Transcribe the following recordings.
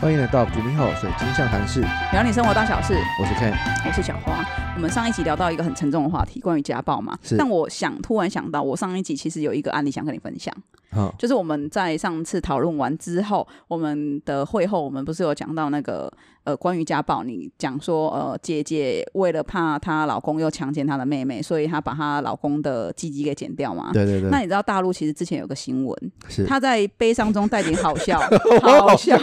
欢迎来到九零后水晶象谈室，聊你生活大小事，我是 Ken。我是小花。我们上一集聊到一个很沉重的话题，关于家暴嘛是。但我想突然想到，我上一集其实有一个案例想跟你分享，好，就是我们在上次讨论完之后，我们的会后，我们不是有讲到那个呃关于家暴，你讲说呃姐姐为了怕她老公又强奸她的妹妹，所以她把她老公的鸡鸡给剪掉嘛。对对那对，你知道大陆其实之前有个新闻，是他在悲伤中带点好 笑，好笑，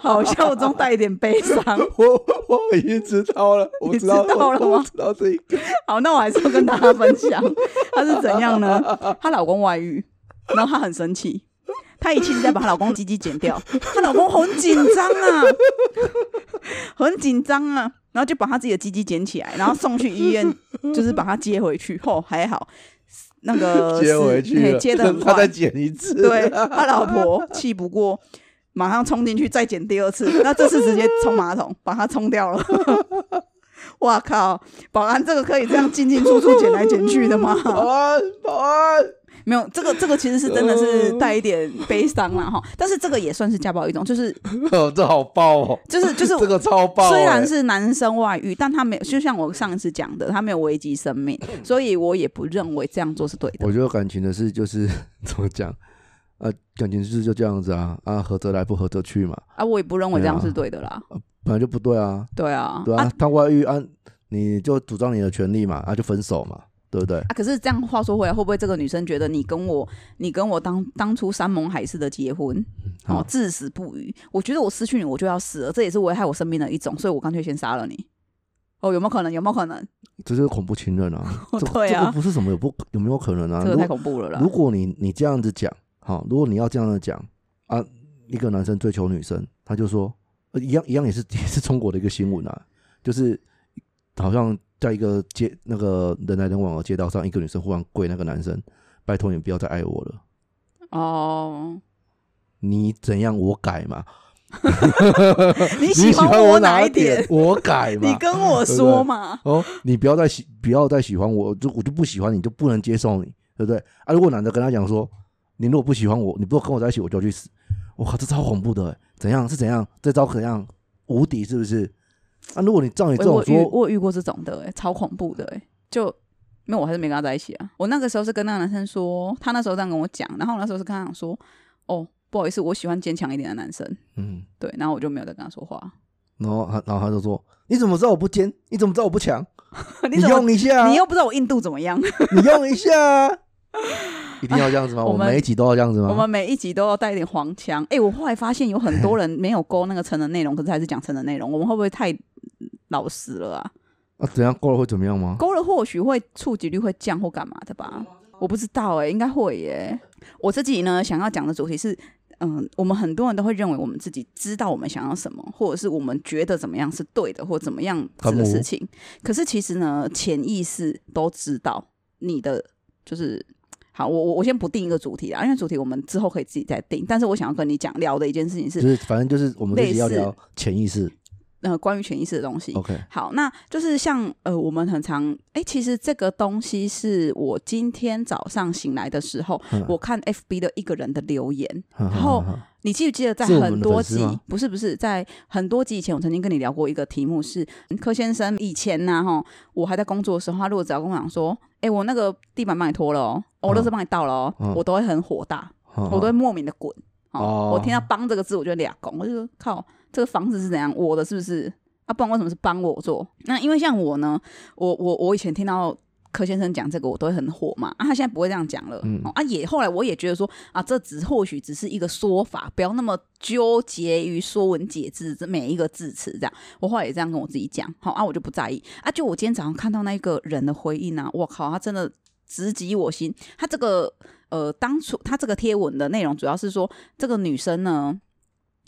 好笑中带一点悲伤。我我已经知道了，我你知道知道了吗我我知道这一个， 好，那我还是要跟大家分享，她是怎样呢？她老公外遇，然后她很生气，她一气之下把她老公鸡鸡剪掉，她老公很紧张啊，很紧张啊，然后就把她自己的鸡鸡捡起来，然后送去医院，就是把她接回去。哦，还好，那个接回是去嘿了，接的很他再快。剪一次， 对，他老婆气不过，马上冲进去再捡第二 次，那这次直接冲马桶，把它冲掉了。 哇靠！保安这个可以这样进进出出捡来捡去的 吗？保安保安，没有，这个这个其实是真的呃是带一点悲伤啦哈。但是这个也算是家暴一种，就是哦，这好爆哦，就是就是这个超爆欸，虽然是男生外遇，但他没有，就像我上一次讲的，他没有危及生命，所以我也不认为这样做是对的。我觉得感情的事就是怎么讲，呃，感情事就这样子啊，啊，合则来，不合则去嘛，啊，我也不认为这样对啊是对的啦。本来就不对啊，对啊，对啊啊，他外遇啊，你就主张你的权利嘛，啊，就分手嘛，对不对？啊，可是这样话说回来，会不会这个女生觉得你跟我，你跟我当当初山盟海誓的结婚，嗯好哦，至死不渝？我觉得我失去你，我就要死了，这也是危害我生命的一种，所以我干脆先杀了你。哦，有没有可能？有没有可能？ 这就是恐怖情人啊，这个对啊这个不是什么有不有没有可能啊？这个如太果恐怖了啦如！果你你这样子讲，好，如果你要这样子讲啊，一个男生追求女生，他就说呃一样一样也是 也是中国的一个新闻啊，就是好像在一个街那个人来人往的街道上，一个女生忽然跪那个男生，拜托你不要再爱我了，哦，你怎样我改嘛，你你喜喜欢欢我哪一一点？我改嘛 你。跟我对不说对嘛。哦，你不要再喜，不要再喜欢我，就我就不喜欢你，就不能接受你，对不对？啊，如果男的跟他讲说，你如果不喜欢我，你不跟我在一起，我就去死。我靠，这超恐怖的欸，怎样是怎样？这招怎样无敌是不是？啊，如果你照你这欸我种遇说，我有遇过这种的、欸，超恐怖的、欸，就没有，我还是没跟他在一起啊。我那个时候是跟那个男生说，他那时候这样跟我讲，然后我那时候是跟他讲说，哦，不好意思，我喜欢坚强一点的男生，嗯，对，然后我就没有再跟他说话。 然后他然后他就说，你怎么知道我不坚？你怎么知道我不强？你你怎么？用一下啊，你又不知道我印度怎么 样？你用一下 啊，一定要这样子吗？我我们每一集都要这样子吗？ 我们每一集都要带一点黄腔。哎、我后来发现有很多人没有勾那个成人内容，可是还是讲成人内容，我们会不会太老实了啊？啊，怎样过了会怎么样 吗？勾了或许会触及率会降或干嘛的吧，我不知道哎、应该会耶、我自己呢想要讲的主题是，嗯，我们很多人都会认为我们自己知道我们想要什么，或者是我们觉得怎么样是对的，或怎么样子干嘛的事情。可是其实呢，潜意识都知道你的就是。好，我我我先不定一个主题啦，因为主题我们之后可以自己再定。但是我想要跟你讲聊的一件事情，就是是反正就是我们自己要类似聊潜意识呃，关于潜意识的东西。 ，OK，好，那就是像呃，我们很常哎、其实这个东西是我今天早上醒来的时候，嗯我看 FB 的一个人的留言。然后你记不记得在是我们的很多粉丝集吗，不是不是，在很多集以前，我曾经跟你聊过一个题目是嗯柯先生以前呐、哈，我还在工作的时候，他如果只要跟我讲说，哎、我那个地板帮你拖了哦，哦我垃圾帮你倒了哦，嗯我都会很火大，我我都会莫名的滚。哦嗯哦，我听到“帮”这个字，我就俩拱，我就说靠，这个房子是怎样？我的是不是？啊，不然为什么是帮我做？那因为像我呢，我我我以前听到柯先生讲这个，我都会很火嘛。啊，他现在不会这样讲了。嗯哦、啊，也后来我也觉得说啊，这只或许只是一个说法，不要那么纠结于《说文解字》这每一个字词这样。我后来也这样跟我自己讲，好、啊，我就不在意啊。就我今天早上看到那个人的回应啊，我靠，他真的直击我心。他这个呃，当初他这个贴文的内容主要是说，这个女生呢，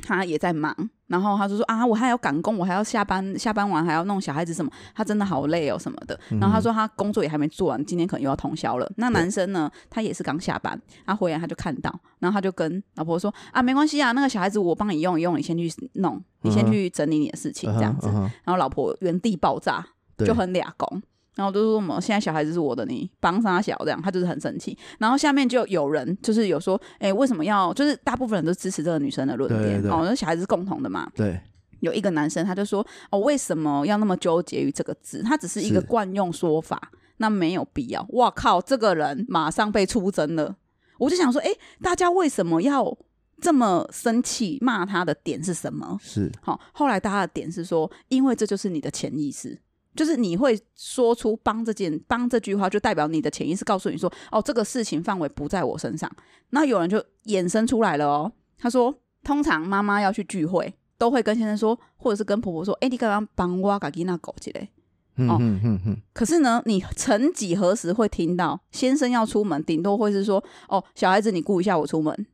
她也在忙，然后她就说啊，我还要赶工，我还要下班，下班完还要弄小孩子什么，她真的好累哦什么的。嗯然后她说她工作也还没做完，今天可能又要通宵了。那男生呢，他也是刚下班，他回来他就看到，然后他就跟老婆说啊，没关系啊，那个小孩子我帮你用一用，你先去弄，嗯你先去整理你的事情这样子。嗯哼嗯哼然后老婆原地爆炸，对就很俩公。然后都说什么现在小孩子是我的，你帮啥小这样，他就是很生气。然后下面就有人就是有说，哎、为什么要？就是大部分人都支持这个女生的论对点，对对哦，那小孩子是共同的嘛。对有一个男生他就说，哦，为什么要那么纠结于这个字？他只是一个是惯用说法，那没有必要。哇靠，这个人马上被出征了。我就想说，哎、大家为什么要这么生气？骂他的点是什么？是好，后来大家的点是说，因为这就是你的潜意识，就是你会说出帮这件帮这句话，就代表你的潜意识告诉你说，哦，这个事情范围不在我身上。那有人就衍生出来了哦，他说，通常妈妈要去聚会，都会跟先生说，或者是跟婆婆说，哎、你刚刚帮我给囡那狗起来。嗯哦嗯嗯嗯，可是呢，你曾几何时会听到先生要出门，顶多会是说：“哦，小孩子，你顾一下我出门。”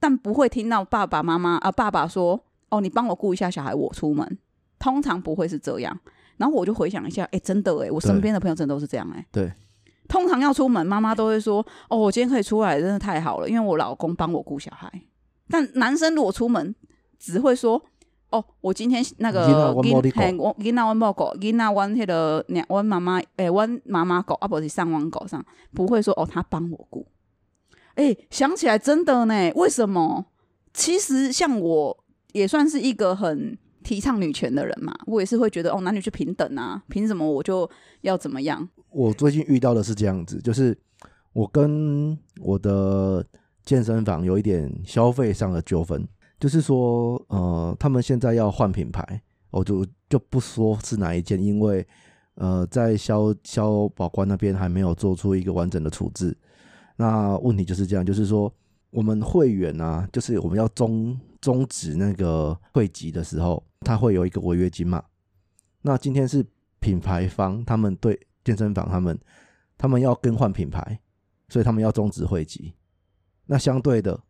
但不会听到爸爸妈妈啊，爸爸说：“哦，你帮我顾一下小孩，我出门。”通常不会是这样。然后我就回想一下，哎，真的哎，我身边的朋友真的都是这样哎。对，通常要出门，妈妈都会说：“哦，我今天可以出来，真的太好了，因为我老公帮我顾小孩。”但男生如果出门，只会说：“哦，我今天那个囡仔我摸你狗嘿我囡仔我摸狗，囡仔我迄个娘我妈妈诶，我妈妈狗啊，不是上网狗上，不会说哦，他帮我顾。”哎，想起来真的呢，为什么？其实像我也算是一个很提倡女权的人嘛，我也是会觉得哦，男女是平等啊，凭什么我就要怎么样？我最近遇到的是这样子，就是我跟我的健身房有一点消费上的纠纷，就是说，呃，他们现在要换品牌，我就就不说是哪一件，因为呃，在消消保官那边还没有做出一个完整的处置。那问题就是这样，就是说我们会员啊，就是我们要终终止那个会籍的时候，它会有一个违约金嘛。那今天是品牌方，他们对健身房他们他们要更换品牌，所以他们要终止会籍。那相对的，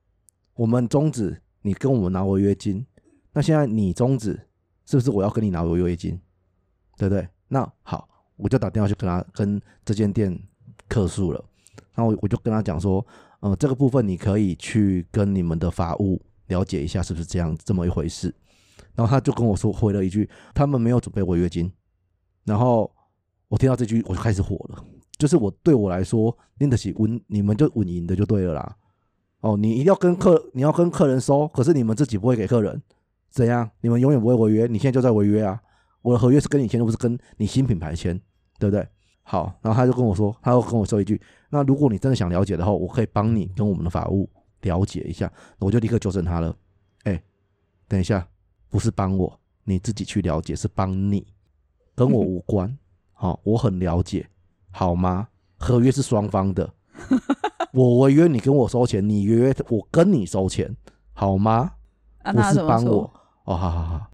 我们终止，你跟我们拿违约金。那现在你终止，是不是我要跟你拿违约金？对不对？那好，我就打电话去跟他跟这间店客诉了。然后我我就跟他讲说，呃，这个部分你可以去跟你们的法务了解一下，是不是这样这么一回事。然后他就跟我说回了一句，他们没有准备违约金。然后我听到这句，我就开始火了。就是我对我来说，拎得起稳，你们就稳赢的就对了啦。哦，你一定要跟客，你要跟客人收，可是你们自己不会给客人，怎样？你们永远不会违约，你现在就在违约啊！我的合约是跟你签，又不是跟你新品牌签，对不对？好，然后他就跟我说，他又跟我说一句，那如果你真的想了解的话，我可以帮你跟我们的法务了解一下。我就立刻纠正他了，哎，等一下，不是帮我，你自己去了解，是帮你，跟我无关。好、我很了解，好吗？合约是双方的， 我违约你跟我收钱，你违约我跟你收钱，好吗？啊，不那是怎么帮我说？。哦，好好好，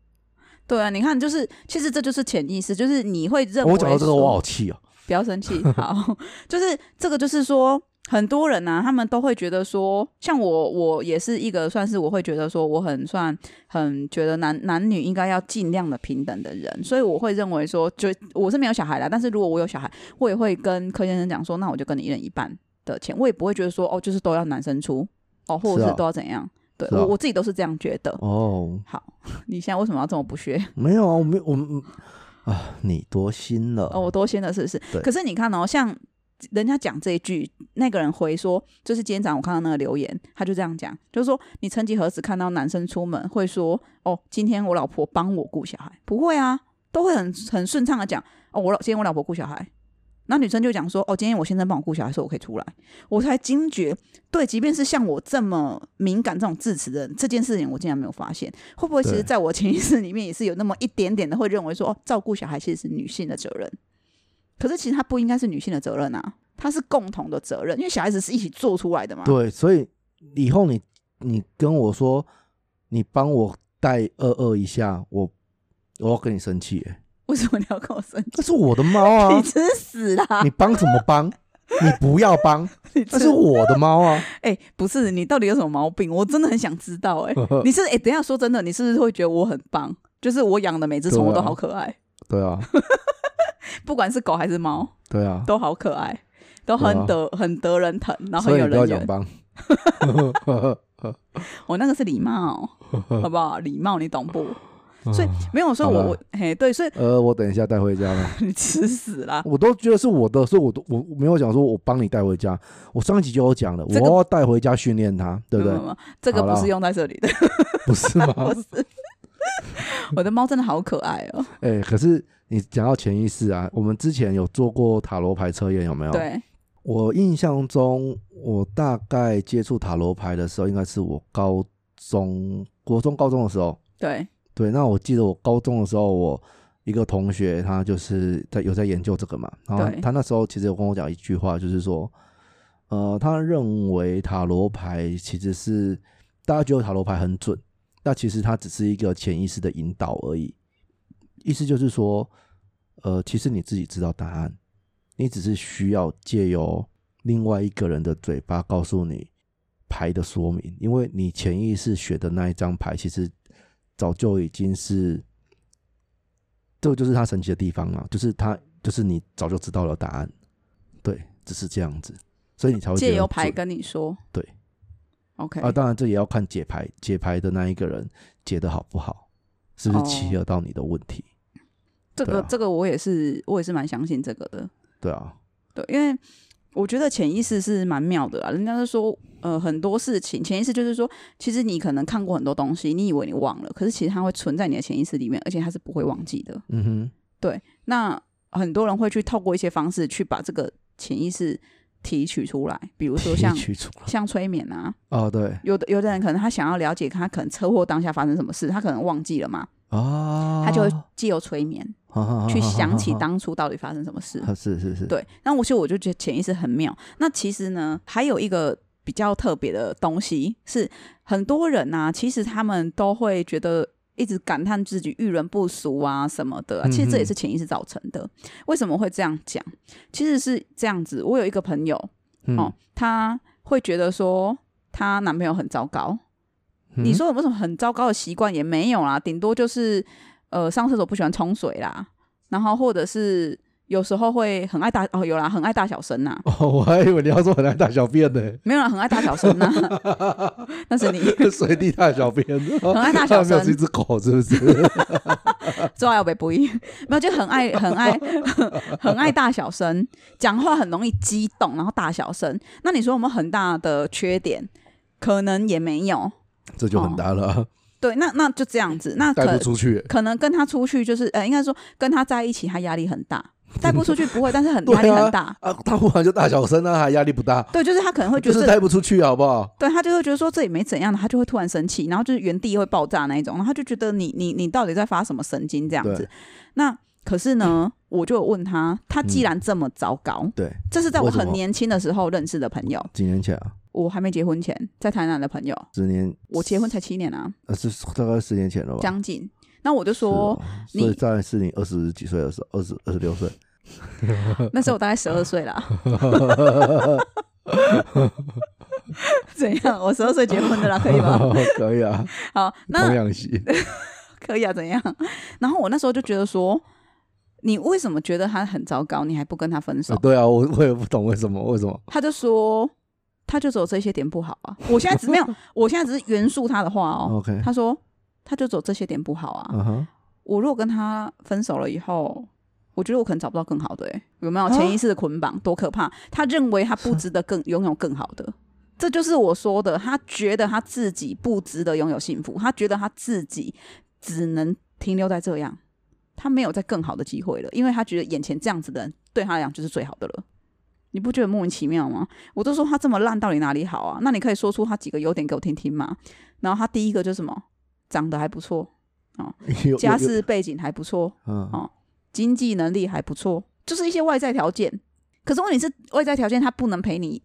对啊，你看，就是其实这就是潜意识，就是你会认为我讲到这个说我好气哦。不要生气。 好，就是这个，就是说，很多人呢、啊，他们都会觉得说，像我，我也是一个算是我会觉得说，我很算很觉得男男女应该要尽量的平等的人，所以我会认为说，就我是没有小孩啦，但是如果我有小孩，我也会跟柯先生讲说，那我就跟你一人一半的钱，我也不会觉得说，哦，就是都要男生出，哦，或者是是啊都要怎样。对是啊我我自己都是这样觉得。哦，好，你现在为什么要这么不屑？没有啊，我没有我们啊，你多心了。哦，我多心了，是不是对？可是你看哦，像人家讲这一句，那个人回说，就是今天早上我看到那个留言，他就这样讲，就是说你曾几何时看到男生出门会说，哦，今天我老婆帮我顾小孩，不会啊，都会很很顺畅的讲，哦，我老今天我老婆顾小孩。那女生就讲说：“哦，今天我先生帮我顾小孩，所以我可以出来。”我才惊觉，对，即便是像我这么敏感这种字词的人，这件事情我竟然没有发现。会不会其实对在我潜意识里面也是有那么一点点的会认为说，哦，照顾小孩其实是女性的责任。可是其实它不应该是女性的责任啊，它是共同的责任，因为小孩子是一起做出来的嘛。对，所以以后你你跟我说，你帮我带二二一下，我我要跟你生气耶、为什么你要跟我生那气？是我的猫啊 你，吃屎啦！你帮什么帮？你不要 帮，你吃那是我的猫啊。哎、不是你到底有什么毛病？我真的很想知道哎、 呃你是哎、等一下说真的，你是不是会觉得我很棒？就是我养的每只宠物对都啊好可爱， 对啊，不管是狗还是猫，对啊，都好可爱，都很得、很得人疼，然所后很以有你不要人讲缘。帮。哦 我、那个是礼貌，好不好？礼貌你懂不？所以没有，所以啊好我啦我嘿对，所以 呃，我等一下带回家了。你吃屎啦！ 我都觉得是我的，所以我都我我没有讲说我帮你带回家。我上一集就有讲了，这个嗯我要带回家训练他，对不对没有？没有没有这个好啦不是用在这里的， 不是不 吗？是。 我的猫真的好可爱哦，哎、可是你讲到潜意识啊，我们之前有做过塔罗牌测验，有没有？对，我印象中，我大概接触塔罗牌的时候，应该是我高中、国中、高中的时候。对，对，那我记得我高中的时候，我一个同学他就是在有在研究这个嘛，然后对他那时候其实有跟我讲一句话，就是说，呃，他认为塔罗牌其实是大家觉得塔罗牌很准，那其实它只是一个潜意识的引导而已。意思就是说，呃，其实你自己知道答案，你只是需要借由另外一个人的嘴巴告诉你牌的说明，因为你潜意识学的那一张牌，其实早就已经是，这就是它神奇的地方嘛，就是它就是你早就知道了答案，对，只是这样子，所以你才会觉得借由很牌准跟你说，对，OK，啊，当然这也要看解牌，解牌的那一个人解的好不好，是不是契哦合到你的问题？这对个啊这个我也是我也是蛮相信这个的，对啊，对，因为我觉得潜意识是蛮妙的啊。人家是说，呃，很多事情潜意识就是说，其实你可能看过很多东西，你以为你忘了，可是其实它会存在你的潜意识里面，而且它是不会忘记的。嗯哼，那很多人会去透过一些方式去把这个潜意识提取出来，比如说像提取出来像催眠啊，哦，对有的有的人可能他想要了解他可能车祸当下发生什么事，他可能忘记了嘛，啊，他就会借由催眠哦去想起当初到底发生什么事。啊是是是，对，那我其实我就觉得潜意识很妙。那其实呢，还有一个比较特别的东西是，很多人呐、其实他们都会觉得。一直感叹自己遇人不淑啊什么的啊，其实这也是潜意识造成的。为什么会这样讲？其实是这样子，我有一个朋友嗯，哦，她会觉得说她男朋友很糟糕。嗯你说有没有什么很糟糕的习惯？也没有啦，顶多就是呃上厕所不喜欢冲水啦，然后或者是有时候会很爱大哦，有啦，很爱大小声呐、 哦，我还以为你要说很爱大小便呢，没有啦，很爱大小声 呐、那是你随地大小 便，很很爱大小没有是一声，只狗是不是？ 之后要被不一，没有就很爱很爱 很爱大小声，讲话很容易激动，然后大小声。那你说我们很大的缺点，可能也没有。这就很大了啊，对，那那就这样子，哦那带可不出去。可能跟他出去就是，呃，应该说跟他在一起，他压力很 大，带不出去不会，但是很对压力啊很大。啊，他忽然就大小声啊，还压力不大，对，就是他可能会觉就得这，是带不出去，好不好？对他就会觉得说这也没怎样的，他就会突然生气，然后就是原地会爆炸那一种，然后他就觉得你你你到底在发什么神经这样子对。那可是呢，我就有问他，他既然这么糟糕，对，这是在我嗯为什么很年轻的时候认识的朋友，几年前啊，我还没结婚前，在台南的朋友，十年，我结婚才七年啊，呃，是大概十年前了吧？将近。那我就对说，哦，你所以在是你二十几岁的时候，二十二十六岁，那时候我大概十二岁啦。 怎样？我十二岁结婚的啦， 可以吗？ 可以啊，好，童那养 媳，可以啊，怎样？然后我那时候就觉得说，你为什么觉得他很糟糕，你还不跟他分手呃？ 对啊，我我也不懂为什么，为什么？他就说，他就只有这些点不好啊。我现在只没有，我现在只是 原述他的话哦。 OK 他说，他就只有这些点不好啊。嗯哼，我如果跟他分手了以后，我觉得我可能找不到更好的、欸，有没有潜意识的捆绑多可怕？他认为他不值得更拥有更好的，这就是我说的，他觉得他自己不值得拥有幸福，他觉得他自己只能停留在这样，他没有再更好的机会了，因为他觉得眼前这样子的人对他来讲就是最好的了。你不觉得莫名其妙吗？我都说他这么烂，到底哪里好啊？那你可以说出他几个优点给我听听吗？然后他第一个就是什么，长得还不错，有家，有有世背景还不错，嗯哦经济能力还不错，就是一些外在条件。可是问题是，外在条件他不能陪你，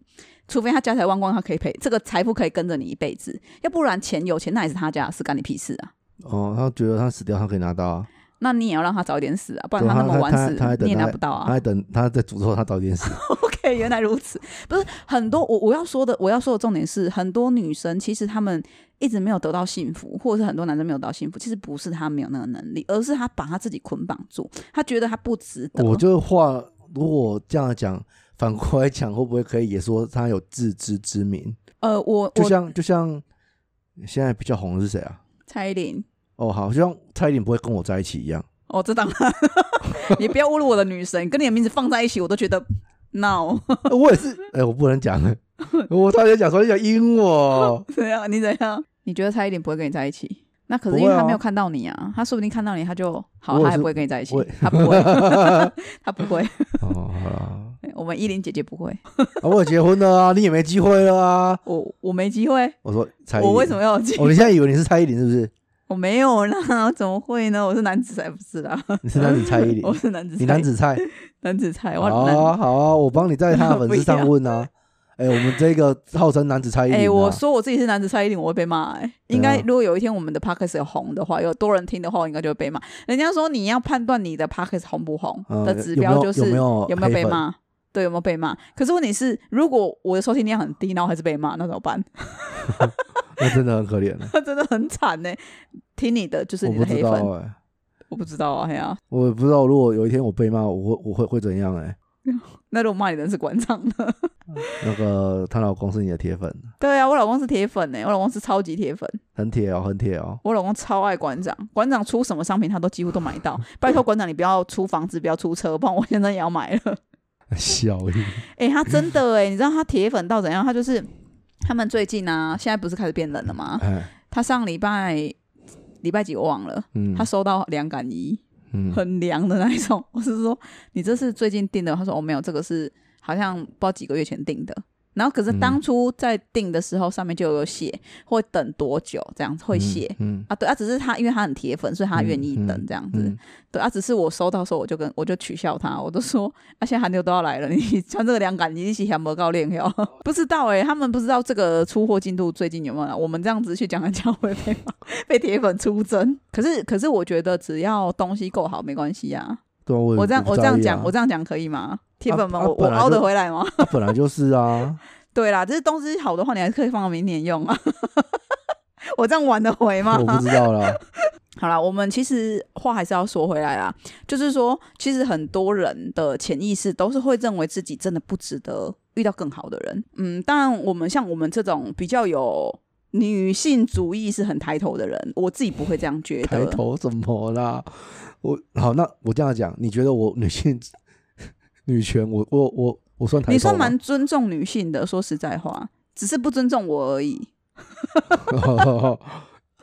除非他家财万贯，他可以陪这个财富可以跟着你一辈子，要不然钱有钱那也是他家的事，干你屁事啊！哦，他觉得他死掉，他可以拿到啊，那你也要让他早一点死啊，不然对那他么晚他死他还，等你也拿他不到他啊。还等他在诅咒他早 点死， OK，原来如此，不是很多。我我要说的，我要说的重点是，很多女生其实她们一直没有得到幸福，或者是很多男生没有得到幸福，其实不是她没有那个能力，而是她把她自己捆绑住，她觉得她不值得。我就话如果这样讲，反过来讲，会不会可以也说他有自知之明？呃，我就我像就像现在比较红的是谁啊？蔡依林哦，好像蔡依林不会跟我在一起一 样。哦，这当然，你不要侮辱我的女神，跟你的名字放在一起，我都觉得 no。 我也是，哎、我不能讲了，我差点讲说你想阴 我，哦怎样？你怎样？你觉得蔡依林不会跟你在一起？那可不是因为会他啊没有看到你啊，他说不定看到你，他就好，我也他也是不会跟你在一起我，他不 会，他不会，哦，好啦，我们依林姐姐不会，啊，我也结婚了啊，你 也没机会了啊。我我没机会，我说蔡依林，我为什么要有机哦，你现在以为你是蔡依林是不是？我没有啦，怎么会呢？我是男子才不是啦，你是男子蔡依林， 我是男子菜，你男子蔡，男子菜，好哎我男。啊好啊，我帮你在他的粉丝上问 啊。哎、我们这个号称男子蔡依林、啊，哎、我说我自己是男子蔡依林，我会被骂、哎，应该对啊如果有一天我们的 podcast 有红的话，有多人听的话，我应该就会被骂。人家说你要判断你的 podcast 红不红嗯的指标，就是、有没有有没有被黑粉骂，对，有没有被骂。可是问题是，如果我的收听量很低，然后还是被骂，那怎么办？ 那真的很可怜了。啊那真的很惨呢、听你的就是我你不的知黑道粉，哎、我不知道啊，哎呀、我不知道如果有一天我被骂，我会我会会怎样、哎，那如果骂你的人是馆长呢？ 那个她老公是你的铁粉，对啊，我老公是铁粉呢、我老公是超级铁粉。很铁哦，很铁哦。我老公超爱馆长，馆长出什么商品他都几乎都买 到。拜托馆长，你不要出房子，不要出车，不然我现在也要买了。小姨，诶，他真的诶，你知道他铁粉到怎样？他就是他们最近啊，现在不是开始变冷了吗？哎，他上礼拜礼拜几我忘了，嗯他，收到凉感衣，嗯，很凉的那一种。我是说，你这是最近订的？他说哦，没有，这个是好像不知道几个月前订的。然后可是嗯当初在订的时候，上面就有写会等多久，这样会写。嗯，啊，对啊，只是他因为他很铁粉，所以他愿意等这样子。嗯嗯对啊，只是我收到的时候，我就跟我就取笑他，我都说啊，现在韩流都要来了，你穿这个凉感，你一起想魔高练哟。 不知道哎、他们不知道这个出货进度最近有没有来。我们这样子去讲人家会被骂被铁粉出征。可是可是我觉得只要东西够好没关系啊。对啊，我也我这样不我在这样意啊讲我这样讲可以吗？铁粉们，啊我我本来就熬得回来吗？ 啊本来就是啊，对啦，这东西好的话，你还是可以放到明年用啊。 我这样玩得回吗？ 我不知道啦。好啦，我们其实话还是要说回来啦，就是说，其实很多人的潜意识都是会认为自己真的不值得遇到更好的人。嗯，当然，我们像我们这种比较有女性主义是很抬头的人，我自己不会这样觉抬得。头怎么啦？我好，那我这样讲，你觉得我女性 女权，我我我我算抬头吗？你算蛮尊重女性的，说实在话，只是不尊重我而 已。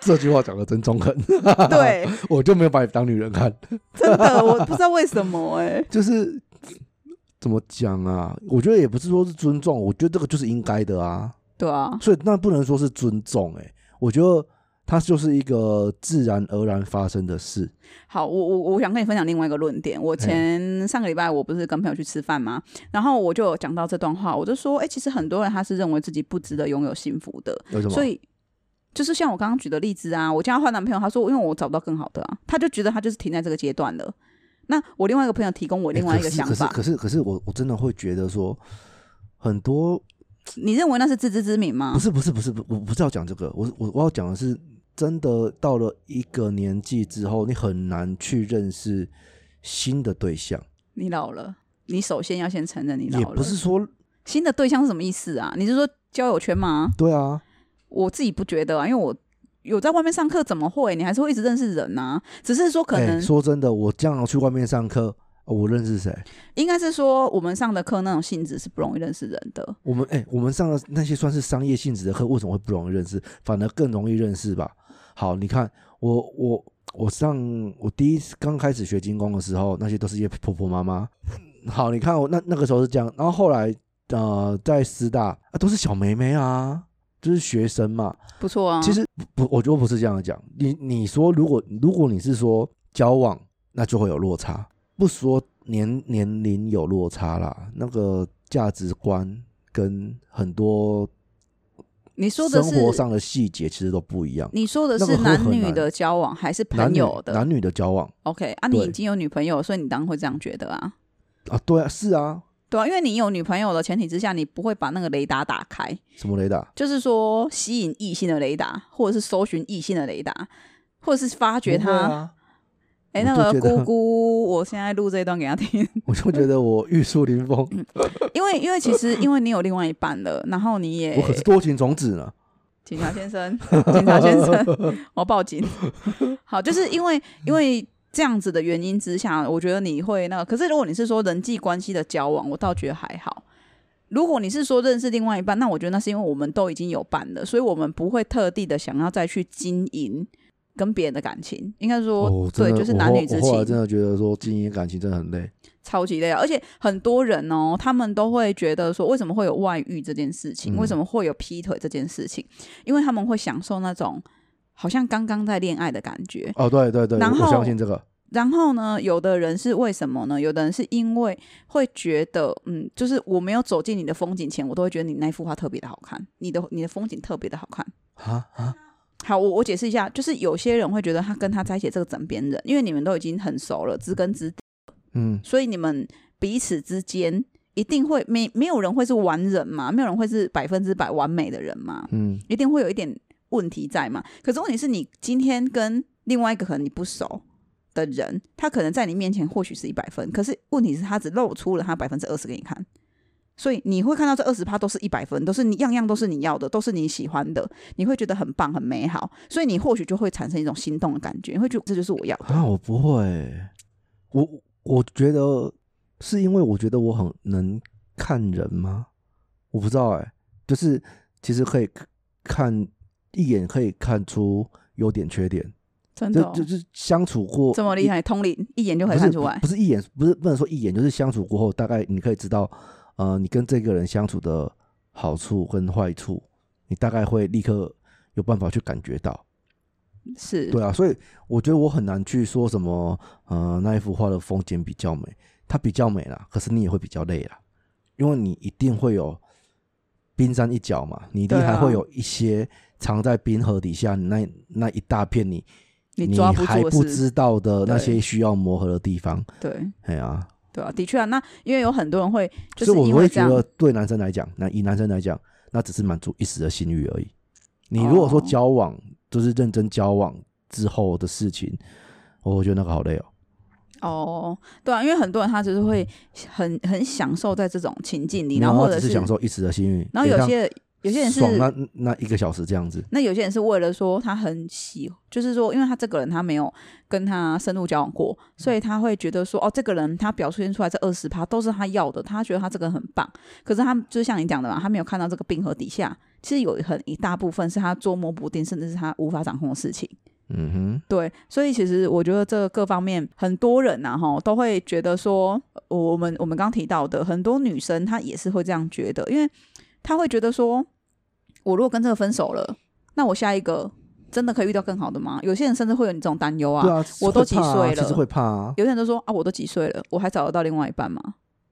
这句话讲的真中肯，对， 我就没有把你当女人看，真的，我不知道为什么哎、就是怎么讲啊？我觉得也不是说是尊重，我觉得这个就是应该的啊，对啊，所以那不能说是尊重、欸，我觉得它就是一个自然而然发生的事，好，我我我想跟你分享另外一个论点。我前上个礼拜我不是跟朋友去吃饭吗？然后我就有讲到这段话，我就说，哎、其实很多人他是认为自己不值得拥有幸福的，为什么？所以就是像我刚刚举的例子啊，我叫他换男朋友，他说因为我找不到更好的啊，他就觉得他就是停在这个阶段了。那我另外一个朋友提供我我另外一个想法，欸可是可是可是我我真的会觉得说，很多你认为那是自知之明吗不？是不是不是，不我不是要讲这个，我我我要讲的是，真的到了一个年纪之后，你很难去认识新的对象，你老了，你首先要先承认你老也了。不是说新的对象是什么意思啊？你是说交友圈吗？对啊，我自己不觉得啊，因为我有在外面上课，怎么会？你还是会一直认识人啊，只是说可哎能、说真的，我这样去外面上课，哦我认识谁？应该是说我们上的课那种性质是不容易认识人的。我们哎、我们上的那些算是商业性质的课，为什么会不容易认识？反而更容易认识吧？好，你看我我我上我第一次刚开始学精工的时候，那些都是一些婆婆妈妈。好，你看我那那个时候是这样，然后后来呃在师大啊都是小妹妹啊，就是学生嘛。不错啊，其实不，我觉得不是这样讲。你你说如果如果你是说交往，那就会有落差，不说年年龄有落差啦，那个价值观跟很多你说的生是活上的细节其实都不一样。你说的那个是会男很女难的交往还是男朋女友的男女的交往？OK 啊，你已对经有女朋友了，所以你当然会这样觉得啊。啊，对啊，是啊，对啊，因为你有女朋友的前提之下，你不会把那个雷达打开，什么雷达？就是说吸引异性的雷达，或者是搜寻异性的雷达，或者是发掘不他会。啊，哎、我那就个觉得姑姑，我现在录这一段给他听，我就觉得我玉树临 风，因为因为其实因为你有另外一半了，然后你也我可是多情种子呢。警察先生， 警察先生， 我要报警。好，就是因为因为这样子的原因之下，我觉得你会那个。可是如果你是说人际关系的交往，我倒觉得还好。如果你是说认识另外一半，那我觉得那是因为我们都已经有伴了，所以我们不会特地的想要再去经营跟别人的感情。应该说，哦，真对，的就是男女之我后我后来情。真的觉得说经营感情真的很累。超级累啊，而且很多人哦，他们都会觉得说，为什么会有外遇这件事情，嗯为什么会有劈腿这件事情？因为他们会享受那种好像刚刚在恋爱的感觉。哦，对对对，然我后我相信这个。然后呢，有的人是为什么呢？有的人是因为会觉得，嗯，就是我没有走进你的风景前，我都会觉得你那幅画特别的好看，你的你的风景特别的好看。啊啊，好，我我解释一下，就是有些人会觉得他跟他在一起这个枕边人，因为你们都已经很熟了，知根知底嗯，所以你们彼此之间一定会没没有人会是完人嘛，没有人会是百分之百完美的人嘛，嗯，一定会有一点问题在嘛。可是问题是你今天跟另外一个可能你不熟的人，他可能在你面前或许是一百分，可是问题是他只露出了他百分之二十给你看。所以你会看到这二十趴都是一百分，都是你样样都是你要的，都是你喜欢的，你会觉得很棒很美好，所以你或许就会产生一种心动的感觉，你会觉得这就是我要的。啊，我不会，我我觉得是因为我觉得我很能看人吗？我不知道哎、就是其实可以看一眼可以看出优点缺点，真就的、哦，就是相处过这么厉害，通灵一眼就可不以是看出来。不是一眼，不是不能说一眼，就是相处过后，大概你可以知道，呃，你跟这个人相处的好处跟坏处，你大概会立刻有办法去感觉到。是，对啊，所以我觉得我很难去说什么，呃，那一幅画的风景比较美，它比较美啦，可是你也会比较累啦，因为你一定会有冰山一角嘛，你一定对啊还会有一些藏在冰河底下那那一大片你你抓不还住的不是，知道的那对些需要磨合的地方，对哎呀、啊，对啊，的确啊。那因为有很多人会，就所是以因我为会这觉样，得对男生来讲，那以男生来讲，那只是满足一时的性欲而已。你如果说哦交往，就是认真交往之后的事情，我觉得那个好累哦。哦，对啊，因为很多人他就是会很很享受在这种情境里，没有然后或他者只是享受一时的幸运，然后也有让些有些人是爽啊那那一个小时这样子，那有些人是为了说他很喜，就是说，因为他这个人他没有跟他深入交往过，所以他会觉得说，哦，这个人他表现出来这二十趴都是他要的，他觉得他这个人很棒。可是他就像你讲的嘛，他没有看到这个冰河底下，其实有很一大部分是他捉摸不定，甚至是他无法掌控的事情。嗯对，所以其实我觉得这各方面很多人呐、啊、哈都会觉得说，呃我们我们刚提到的很多女生她也是会这样觉得，因为她会觉得说，我如果跟这个分手了，那我下一个真的可以遇到更好的吗？有些人甚至会有你这种担忧哼，啊，对啊，我都几会怕啊岁了其实会怕啊，有些人都说啊，我都几岁了，我还找得到另外一半吗？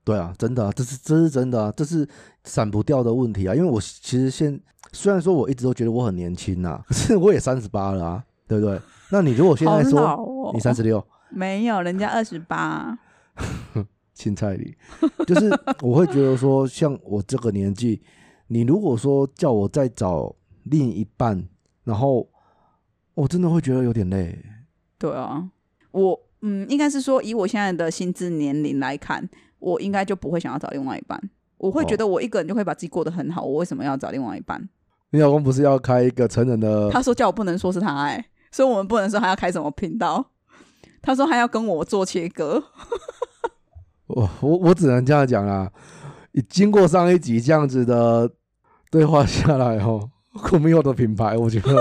对啊，真的啊，这是这是真的啊，这是闪不掉的问题啊，因为我其实现虽然说我一直都觉得我很年轻呐、可是我也三十八了啊，对不对？那你如果现好在说老哦，你三十六，没有，人家二十八，青菜里， 就是我会觉得说，像我这个年纪，你如果说叫我再找另一半，然后我真的会觉得有点累。对啊，我嗯，应该是说以我现在的薪资年龄来看，我应该就不会想要找另外一半。我哦会觉得我一个人就可以把自己过得很好，我为什么要找另外一半？你老公不是要开一个成人的？他说叫我不能说是他哎、所以我们不能说他要开什么频道。他说他要跟我做切割，我我我只能这样讲啦。经过上一集这样子的对话下来哦， 酷米后的品牌，我觉 得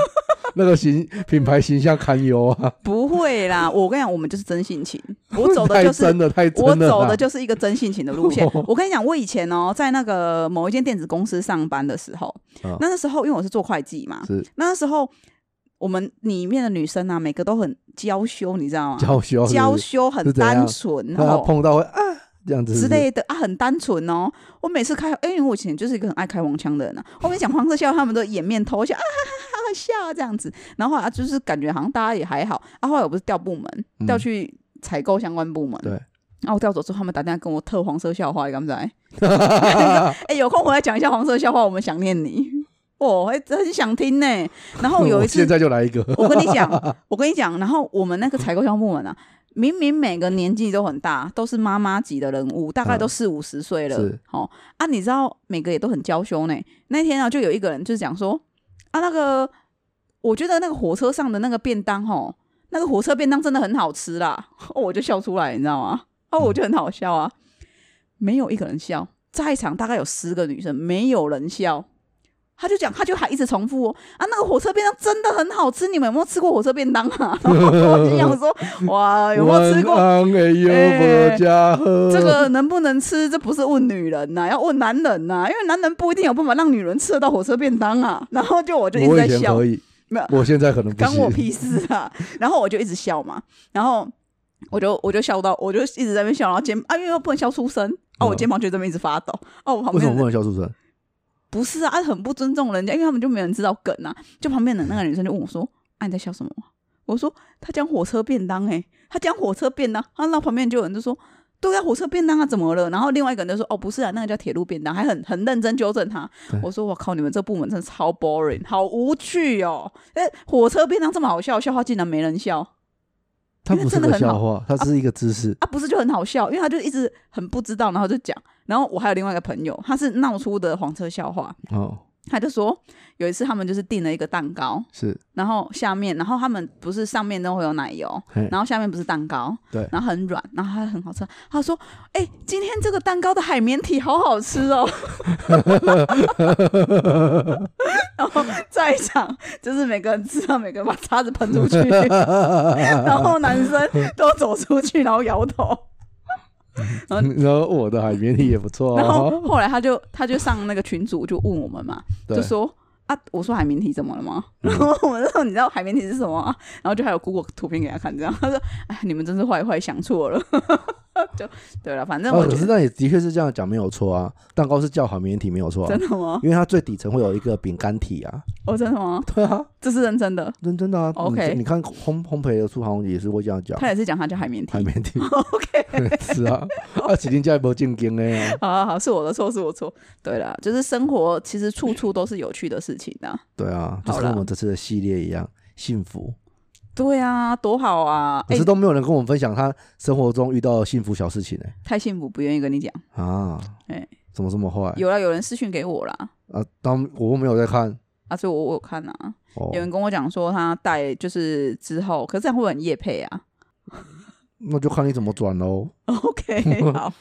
那个形品牌形象堪忧啊，不会啦！我跟你讲，我们就是真性情，我走的太就是真的太真我了啦。。走的就是一个真性情的路线我跟你讲，我以前哦，在那个某一间电子公司上班的时候，嗯那那时候因为我是做会计嘛，是那时候我们里面的女生啊，每个都很娇羞，你知道吗？娇羞啊是不是，娇羞，是很怎样单纯那他哦碰到会啊这样子是不之是类的啊，很单纯哦。我每次开，哎、因为我以前就是一个很爱开黄腔的人啊，我每次讲黄色笑话，他们都掩面偷笑啊，哈哈哈哈笑啊这样子。然后后来啊就是感觉好像大家也还好啊。后来我不是调部门，嗯调去采购相关部门，对。然后我调走之后，他们打电话跟我特黄色笑话，你敢不知道？ 哎、欸有空回来讲一下黄色笑话，我们想念你，我、还很想听呢、然后有一次现，在就来一 个，我跟你讲，我跟你讲，然后我们那个采购项目们啊，明明每个年纪都很大，都是妈妈级的人物，大概都四五十岁了是。哦啊，你知道每个也都很娇羞呢。那天啊，就有一个人就是讲说，啊，那个我觉得那个火车上的那个便当哦，那个火车便当真的很好吃啦， 哦，我就笑出来，你知道吗？哦，嗯我就很好笑啊，没有一个人笑，在场大概有十个女生，没有人笑。他就讲，他就还一直重复哦啊，那个火车便当真的很好吃，你们有没有吃过火车便当啊？ 然后我就想 说，哇， 有没有吃过？哎晚安哎的幽默家伙这个能不能吃，这不是问女人呐、要问男人呐、因为男人不一定有办法让女人吃得到火车便当啊。然后就我就一直我在以前笑可，以，没有我现在可能不干行。我屁事 啊！然后我就一直笑嘛，然后我就我就笑到，我就一直在那边笑，然后肩啊，因为又不能笑出声啊，嗯我肩膀就这么一直发抖啊，我旁为什边么不的能笑出声？不是啊，啊很不尊重人家，因为他们就没有人知道梗啊，就旁边的那个女生就问我说：“啊，你在笑什么？”我说：“他讲火车便当、欸，他讲火车便当。”啊，那旁边就有人就说。对啊，火车便当啊，怎么了？然后另外一个人就说：“哦，不是啊，那个叫铁路便当。”还很很认真纠正他对。我说：“我靠，你们这部门真的超 boring，好无趣哦！哎，火车便当这么好笑，笑话竟然没人笑它因为不是真的个很好笑话，它是一个知识。啊！不是就很好笑？因为他就一直很不知道，然后就讲。然后我还有另外一个朋友，他是闹出的黄车笑话。哦，他就说有一次他们就是订了一个蛋糕，是，然后下面，然后他们不是上面都会有奶油，嘿然后下面不是蛋糕，对然后很软，然后它很好吃。他说：“哎、今天这个蛋糕的海绵体好好吃 哦。”然后在场就是每个人吃到，每个人把叉子喷出 去，然后男生都走出去，然后摇头。 然后我的海绵体也不错然后哦。后来他就他就上那个群组就问我们嘛，对嗯就说啊，我说海绵体怎么了吗？然后我们说你知道海绵体是什么吗？然后就还有 Google 图片给他看，这样他说哎，你们真是坏坏，想错了。 就对了，反正哦，我可觉是得、那也的确是这样讲没有错啊，蛋糕是叫海绵体没有错、啊真，的吗？因为它最底层会有一个饼干体啊。哦，真的吗？对啊，这是认真的，认真的啊。你 OK 你看烘烘焙的苏杭也是会这样讲他，也是讲他叫海绵体海。 绵体 OK， 是啊，啊，起定价也不正经的啊。好好好，是我的错，是我错。对了，就是生活其实处处都是有趣的事情的、对啊，就是好跟啦我们这次的系列一样，幸福。对啊，多好啊！可哎、是都没有人跟我们分享他生活中遇到的幸福小事情哎、太幸福，不愿意跟你讲。啊，哎怎么这么坏有了，有人私讯给我啦。啊？当我又没有在看啊，所以我我有看啊，哦有，人跟我讲说他带就是之后，可是这样会不会很夜配啊那就看你怎么转喽。 ？OK，好，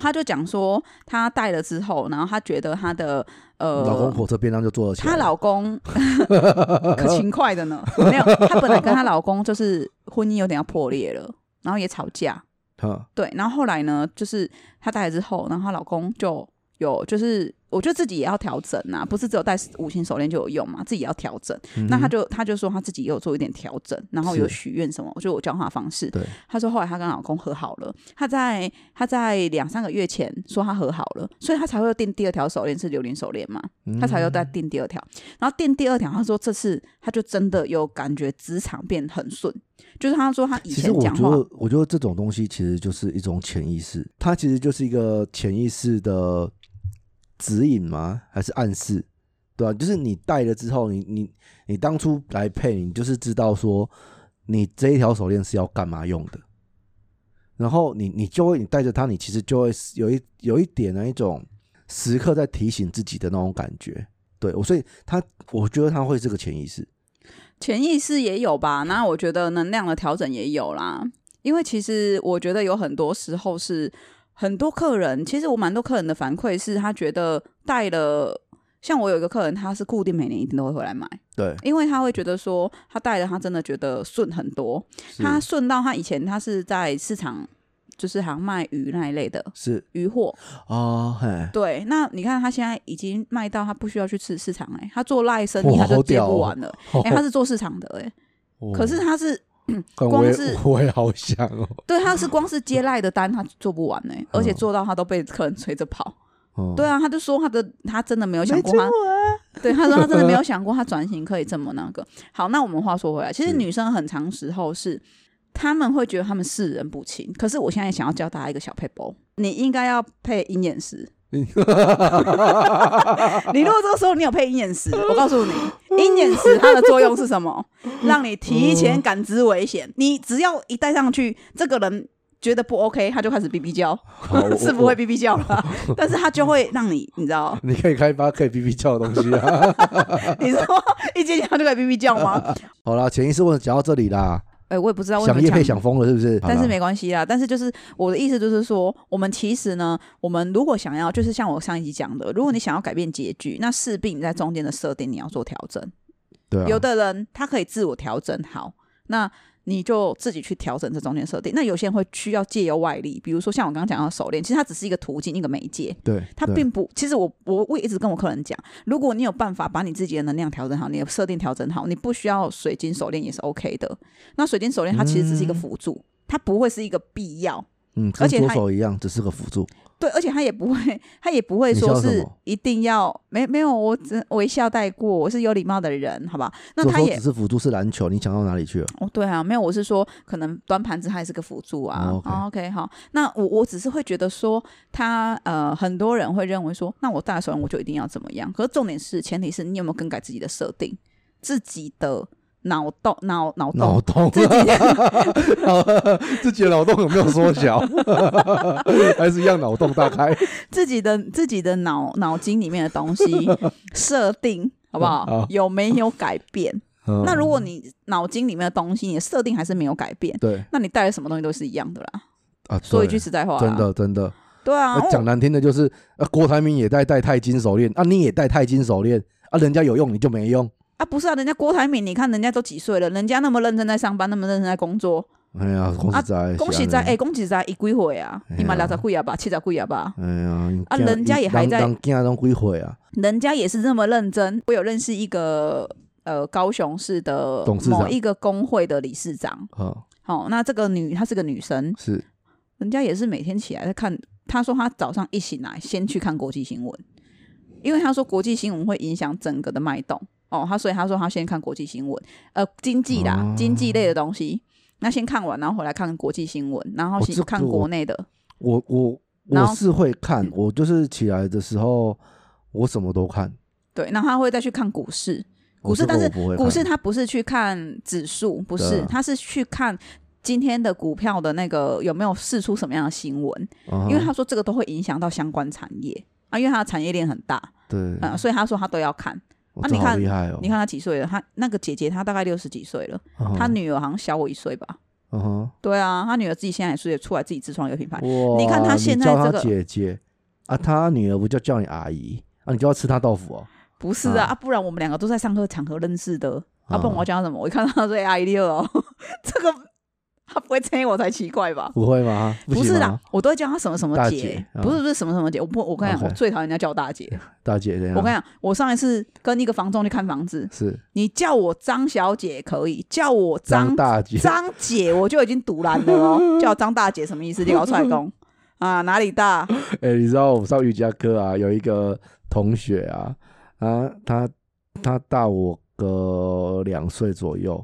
他就讲说他带了之后，然后他觉得他的呃老公火车便当就做得起来她 老公可勤快的呢，没有，她本来跟她老公就是婚姻有点要破裂了，然后也吵架，哈，对，然后后来呢，就是她带了之后，然后她老公就有就是。我觉得自己也要调整啊，不是只有戴五星手链就有用嘛，自己也要调整。嗯哼那他就他就说他自己也有做一点调整，然后是有许愿什么，我就我教他的方式。对，他说后来他跟老公和好了，他在他在两三个月前说他和好了，所以他才会订第二条手链是榴莲手链嘛，他才又嗯再订第二条。然后订第二条，他说这次他就真的有感觉职场变很顺，就是他说他以其前实我讲觉话得，我觉得这种东西其实就是一种潜意识，它其实就是一个潜意识的指引吗？还是暗示？对啊，就是你戴了之后，你你你当初来配，你就是知道说你这一条手链是要干嘛用的，然后你你就会你带着它，你其实就会有一有一点那一种时刻在提醒自己的那种感觉。对我，所以它我觉得它会是个潜意识。潜意识也有吧，那我觉得能量的调整也有啦。因为其实我觉得有很多时候是很多客人，其实我蛮多客人的反馈是他觉得带了，像我有一个客人，他是固定每年一定都会回来买，对，因为他会觉得说他带了，他真的觉得顺很多，他顺到他以前他是在市场就是好像卖鱼那一类的是鱼货，哦，嘿，对，那你看他现在已经卖到他不需要去市市场哎、欸他做赖生意哇他好就接屌哦不 完了，哎、他是做市场的哎、欸可是他是干光我也是 我也好想哦。对，他是光是接赖的单，他做不完呢、嗯而且做到他都被客人催着跑。 哦对啊，他就说他的他真的没有想过他， 对他说他真的没有想过他转型可以这么那 个。好，那我们话说回来，其实是女生很长时候是他们会觉得他们视人不清，可是我现在想要教大家一个小配包，你应该要配鹰 眼石。你如果这个时候你有配鹰眼石，我告诉你，鹰眼石它的作 用哦是什么？让你提前感知危险。你只要一戴上去，这个人觉得不 OK，他就开始哔哔叫，好，我是不会。哔哔叫了，但是他就会让你，你知道我，你可以开发可以哔哔叫的东西啊！你说一进他就开始哔哔叫吗？ 好啦，潜意识问题讲到这里啦，哎、我也不知道为什想么叶讲配想疯了是不是？但好啦是没关系啦。但是就是我的意思就是说，我们其实呢，我们如果想要，就是像我上一集讲的，如果你想要改变结局，那势必你在中间的设定你要做调整。对啊，有的人他可以自我调整好，那你就自己去调整这中间设定。那有些人会需要借由外力，比如说像我刚刚讲到的手链，其实它只是一个途径，一个媒介。对，它对并不，其实我我我一直跟我客人讲，如果你有办法把你自己的能量调整好，你的设定调整好，你不需要水晶手链也是 OK 的。那水晶手链它其实只是一嗯个辅助，它不会是一个必要。嗯，跟而且左还手一样，只是个辅助。对，而且它也不会，它也不会你说笑什是么一定要没没有，我只微笑带过，我是有礼貌的人，好吧？那左它手也只是辅助，是篮球，你想到哪里去了？哦，对啊，没有，我是说，可能端盘子它也是个辅助啊。哦，OK OK，好，那我我只是会觉得说，他呃，很多人会认为说，那我大手人我就一定要怎么样？可是重点是，前提是你有没有更改自己的设定，自己的脑洞、脑脑脑 洞、洞，自己自己的脑洞有没有缩小？ 还是一样脑洞大开？自己的自己的脑脑筋里面的 东西设定，好不好？好有没有改变？嗯那如果你脑筋里面的东西，你的设定还是没有改变，对那你带来什么东西都是一样的啦。啊，说一对句实在话、啊，真，的真的，对啊，呃讲难听的就是，呃，郭台铭也戴戴钛金手链，啊，你也戴钛金手链，啊，人家有用你就没用，啊，不是啊，人家郭台铭，你看人家都几岁了，人家那么认真在上班，那么认真在工作，哎呀，恭喜在，恭啊喜在，哎、，恭喜在，一归回啊哎，呀你嘛六十几啊吧，七十几啊吧，哎呀，啊人家也还在当家当归回啊，人家也是这么认真。我有认识一个呃高雄市的董事长某一个工会的理事长，啊，哦，那这个女她是个女生，是人家也是每天起来在看，她说她早上一醒来先去看国际新闻，因为她说国际新闻会影响整个的脉动哦，她所以她说她先看国际新闻，呃，经济啦，哦经济类的东西，那先看完，然后回来看国际新闻，然后我先哦这看个我国内的，我我然我后是会看，我就是起来的时候，我什么都看，对，那她会再去看股市，股市我这个但是我不会股看市它不是去看指数，不对是啊，它是去看。今天的股票的那个有没有释出什么样的新闻？啊哈因为他说这个都会影响到相关产业啊，因为它的产业链很大，对，嗯，所以他说他都要看。我啊这你好看厉害哦，啊你看他几岁了？他那个姐姐她大概六十几岁了，看她女儿好像小我一岁吧？嗯哼，对啊，她女儿自己现在也是也出来自己自创一个品牌。哇！你看他现在叫他这个姐姐啊，他女儿不就叫你阿姨啊？你就要吃他豆腐哦。不是啊啊，啊不然我们两个都在上课场合认识的，啊，啊不然我要讲什么？我一看到她说哎阿姨六哦， 这个她不会称我才奇怪吧？不会吗？不行是吗啦，，我都会叫她什么什么大姐，姐啊不是不是什么什么姐，我不我跟你讲， OK 我最讨厌人家叫我大姐。大姐这样。我跟你讲，我上一次跟一个房东去看房子，是你叫我张小姐可以，叫我张张大姐，张姐，我就已经堵拦 了哦。叫张大姐什么意思？你搞出来公啊？哪里大？哎、你知道我们上瑜伽课啊，有一个同学啊，啊，他他大我个两岁左右，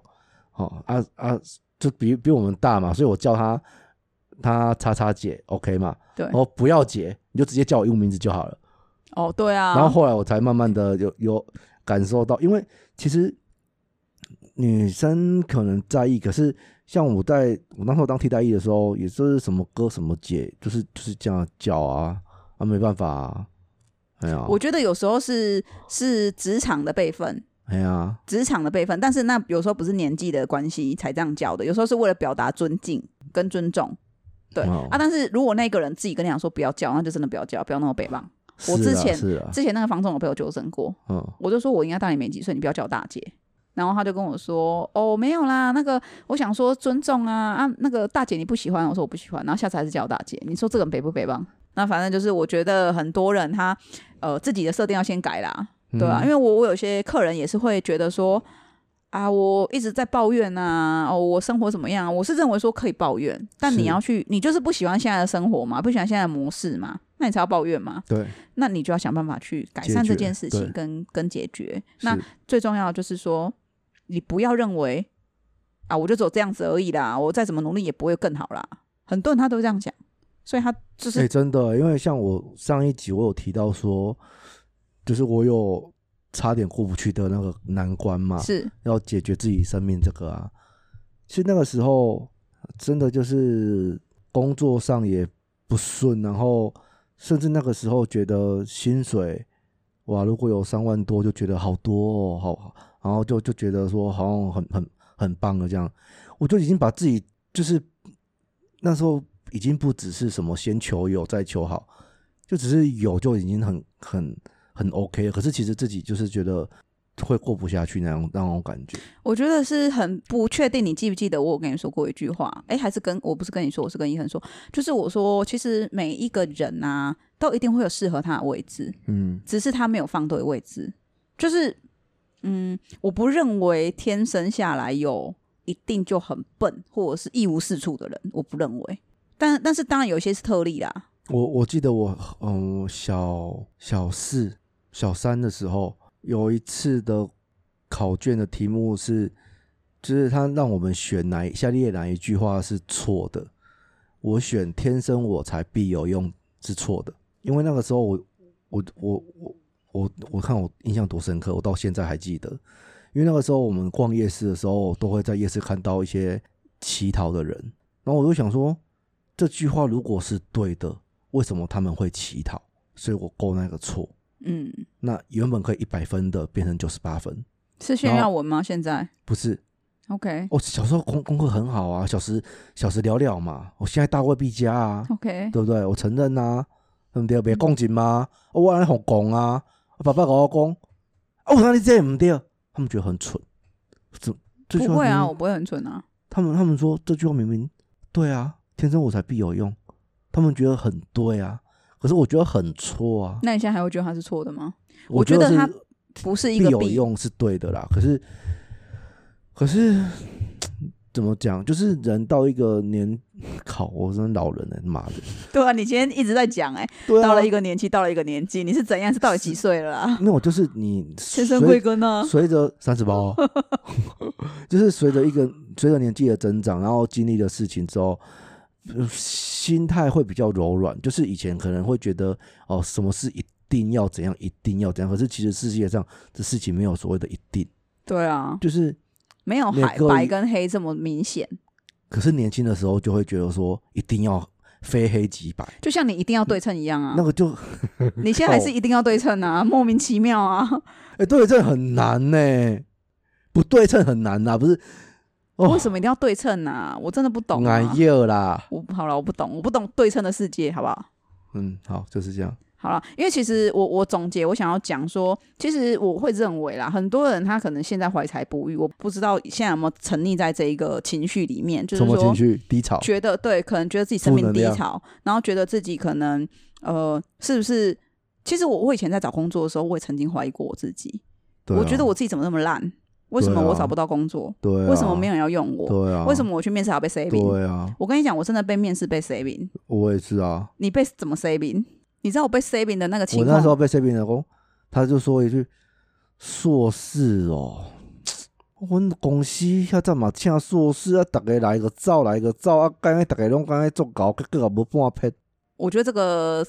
哦啊啊，就比比我们大嘛，所以我叫他他叉叉姐，OK 嘛？对然后不要姐，你就直接叫我英文名字就好了。哦，对啊。然后后来我才慢慢的有有感受到，因为其实女生可能在意，可是像我在我那时候当替代役的时候，也是什么哥什么姐，就是就是这样叫啊啊，没办法啊，哎呀，我觉得有时候是是职场的辈分，哎呀，职场的辈分，但是那有时候不是年纪的关系才这样叫的，有时候是为了表达尊敬跟尊重。对、哦啊，但是如果那个人自己跟你讲说不要叫，那就真的不要叫，不要那么北棒。我是之啊前是啊，之前那个房东有被我纠正过，嗯，我就说我应该大你没几岁，你不要叫我大姐。然后他就跟我说：“哦，没有啦，那个我想说尊重啊啊，那个大姐你不喜欢，我说我不喜欢，然后下次还是叫我大姐。你说这个人北不北吧？那反正就是我觉得很多人他呃自己的设定要先改啦，对嗯啊，因为我我有些客人也是会觉得说啊，我一直在抱怨啊，哦，我生活怎么样啊？我是认为说可以抱怨，但是你要去，你就是不喜欢现在的生活嘛，不喜欢现在的模式嘛，那你才要抱怨嘛。对，那你就要想办法去改解善这决件事对情跟跟解决。那是哎最重要的就是说，你不要认为啊，我就走这样子而已啦，我再怎么努力也不会更好啦。很多人他都这样讲，所以他就是、哎、真的，因为像我上一集我有提到说，就是我有差点过不去的那个难关嘛，是要啊解决自己生命这个啊。其实那个时候真的就是工作上也不顺，然后甚至那个时候觉得薪水哇，如果有三万多就觉得好多哦，好，好然后就就觉得说好像很很很棒了这样，我就已经把自己就是那时候已经不只是什么先求有再求好，就只是有就已经很很很 OK 了，可是其实自己就是觉得会过不下去那种那种感觉。我觉得是很不确定，你记不记得我有跟你说过一句话？哎，还是跟我不是跟你说，我是跟伊恒说，就是我说，其实每一个人啊，都一定会有适合他的位置，嗯只是他没有放对位置。就是，嗯，我不认为天生下来有一定就很笨或者是一无是处的人，我不认为。但但是当然有些是特例啦，我我记得我嗯小小四小三的时候，有一次的考卷的题目是，就是他让我们选哪一下列哪一句话是错的，我选“天生我材必有用”是错的，因为那个时候我我我我我我看我印象多深刻，我到现在还记得，因为那个时候我们逛夜市的时候，都会在夜市看到一些乞讨的人，然后我就想说，这句话如果是对的，为什么他们会乞讨？所以我勾那个错。嗯，那原本可以一百分的变成九十八分，是炫耀文吗？现在不是？ ？OK 我、小时候功功课很好啊，小时小时了了嘛，我现在大未必佳啊， OK，对不对？我承认啊，对不对？别讲紧嘛，哦我安好讲啊，我爸爸跟我讲，啊，我哪里这也不对？他们觉得很蠢，这这句不话会啊，明我不会很蠢啊。他们他们说这句话明明对啊，天生我材必有用，他们觉得很对啊，可是我觉得很错啊。那你现在还会觉得他是错的吗？我觉觉得是他不是一必个有必用是对的啦，可是可是怎么讲？就是人到一个年，靠，我真的老人了、妈的，对啊，你今天一直在讲哎、对啊，到了一个年纪，到了一个年纪，你是怎样？是到底几岁了啦？没有，就是你先生随贵庚呢？随着三十 包，就是随着一个随着年纪的增长，然后经历的事情之后，呃心态会比较柔软。就是以前可能会觉得哦，什么事一定要怎样，一定要怎样，可是其实世界上这事情没有所谓的一定，对啊，就是没有每海个白跟黑这么明显。可是年轻的时候就会觉得说一定要非黑即白，就像你一定要对称一样啊那，个就你现在还是一定要对称啊， 莫名其 妙啊。哎、对称很难呢、不对称很难呐、不是哦为什么一定要对称啊？我真的不懂俺啊。热啦，我好了，我不懂，我不懂对称的世界，好不好？嗯，好，就是这样，好了，因为其实我我总结，我想要讲说，其实我会认为啦，很多人他可能现在怀才不遇，我不知道现在有没有沉溺在这一个情绪里面，就是什么说情绪低潮，觉得对，可能觉得自己生负命能低量潮，然后觉得自己可能呃是不是？其实我我以前在找工作的时候，我也曾经怀疑过我自己，对我啊觉得我自己怎么那么烂？为什么对啊我找不到工作？对、啊，为什么没有？有人要用我？对啊，为什么我去面试还要被 saving？对啊，我跟你讲，我真的被面试被 saving，我也是啊。你被怎么 saving？你知道我被 saving 的那个我情那时候况被 C 评老公，他就说一句：“硕士哦，我们公司遐阵嘛请硕士啊，逐个来个走，来个走啊，干个逐个拢干个做搞，结果也无半撇。我觉得这个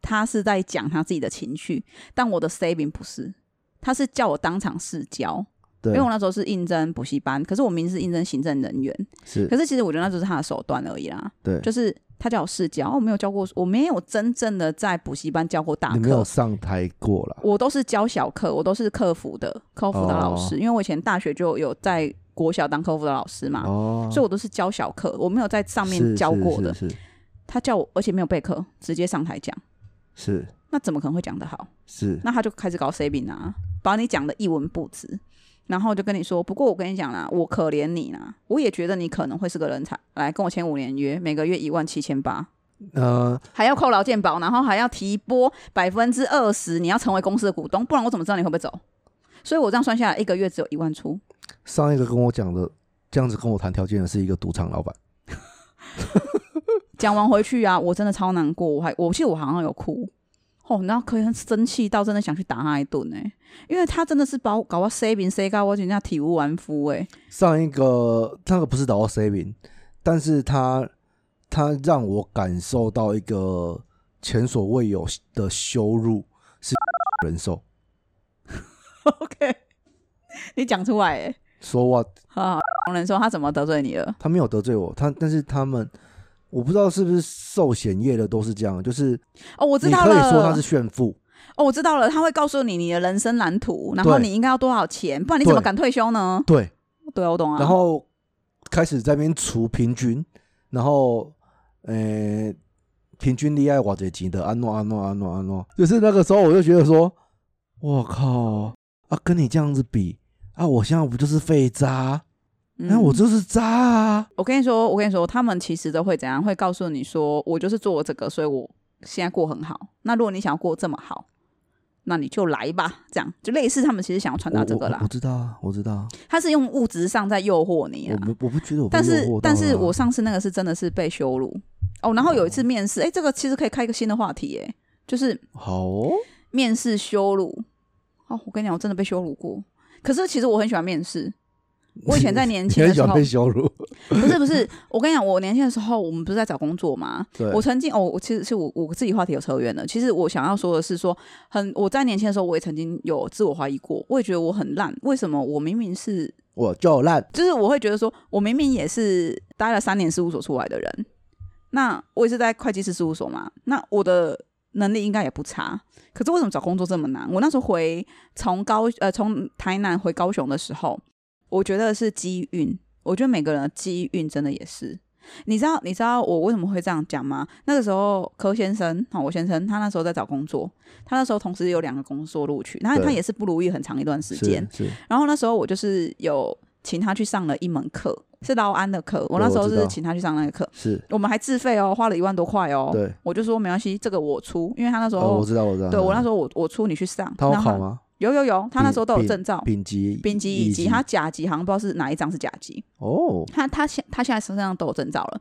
他是在讲他自己的情绪，但我的 saving 不是，他是叫我当场试教，对因为，我那时候是应征补习班，可是我明明是应征行政人员，是可，是其实我觉得那就是他的手段而已啦，对，就是他叫我试教，哦我没有教过，我没有真正的在补习班教过大你没有课。上台过啦。我都是教小课，我都是客服的客服的老哦师，因为我以前大学就有在国小当客服的老师嘛，哦，所以我都是教小课，我没有在上面是教是过的。是是他叫我，而且没有备课，直接上台讲，是那怎么可能会讲得好？是，那他就开始搞 saving 啊，把你讲的一文不值，然后就跟你说，不过我跟你讲啦，我可怜你啦，我也觉得你可能会是个人才，来跟我签五年约，每个月一万七千八，呃，还要扣劳健保，然后还要提拨百分之二十，你要成为公司的股东，不然我怎么知道你会不会走？所以我这样算下来，一个月只有一万出，上一个跟我讲的这样子跟我谈条件的是一个赌场老板，讲完回去啊，我真的超难过，我还我记得我好像有哭。哦，然后可以很生气到真的想去打他一顿呢、因为他真的是把我搞到 saving s a 到我人家体无完肤哎、上一个那个不是导到 saving，但是他他让我感受到一个前所未有的羞辱，是人寿。 OK，你讲出来哎、说哇，好好，同人说他怎么得罪你了？他没有得罪我，他但是他们我不知道是不是寿险业的都是这样，就是哦，我知你道可以说他了是。炫富，哦，我知道了，他会告诉你你的人生蓝图，然后对你应该要多少钱，不然你怎么对敢退休呢？对，对，我懂啊。然后开始在那边除平均，然后呃，平均利爱瓦解级的安诺安诺安诺安诺，就是那个时候我就觉得说，我靠啊，跟你这样子比啊，我现在不就是废渣？嗯，那、我就是渣啊！我跟你说，我跟你说，他们其实都会怎样？会告诉你说，我就是做我这个，所以我现在过很好。那如果你想要过这么好，那你就来吧，这样就类似他们其实想要传达我这个我我啦。知道啊，我知道啊，他是用物质上在诱惑你我啊。不我不觉得我被但诱是惑到但是了啊我上次那个是真的是被羞辱哦。然后有一次面试，哎、这个其实可以开一个新的话题，哎，就是好哦、面试羞辱。哦，我跟你讲，我真的被羞辱过。可是其实我很喜欢面试。我以前在 年你轻很的喜时欢候被，羞辱，不是不是，我跟你讲，我年轻的时候，我们不是在找工作吗？对，我曾经哦，我其实是我我自己话题有扯远了。其实我想要说的是说，很我在年轻的时候，我也曾经有自我怀疑过，我也觉得我很烂，为什么我明明是，我就烂，就是我会觉得说我明明也是待了三年事务所出来的人，那我也是在会计师事务所嘛，那我的能力应该也不差，可是为什么找工作这么难？我那时候回从高呃从台南回高雄的时候，我觉得是机运，我觉得每个人的机运真的也是。你知道你知道我为什么会这样讲吗？那个时候柯先生，好，我先生，他那时候在找工作，他那时候同时有两个工作录取，那对他也是不如意很长一段时间。是是然后那时候我就是有请他去上了一门课，是劳安的课，我那时我候知道是请他去上那个课，是，我们还自费哦，花了一万多块哦。对，我就说没关系，这个我出，因为他那时候、哦，我知道我知道，对我那时候候我我出你去上，他有然后考吗？有有有，他那丙时候都有丙证照，丙级丙级乙乙级，他甲级好像不知道是哪一张是甲级，哦，他他现他现在身上都有证照了，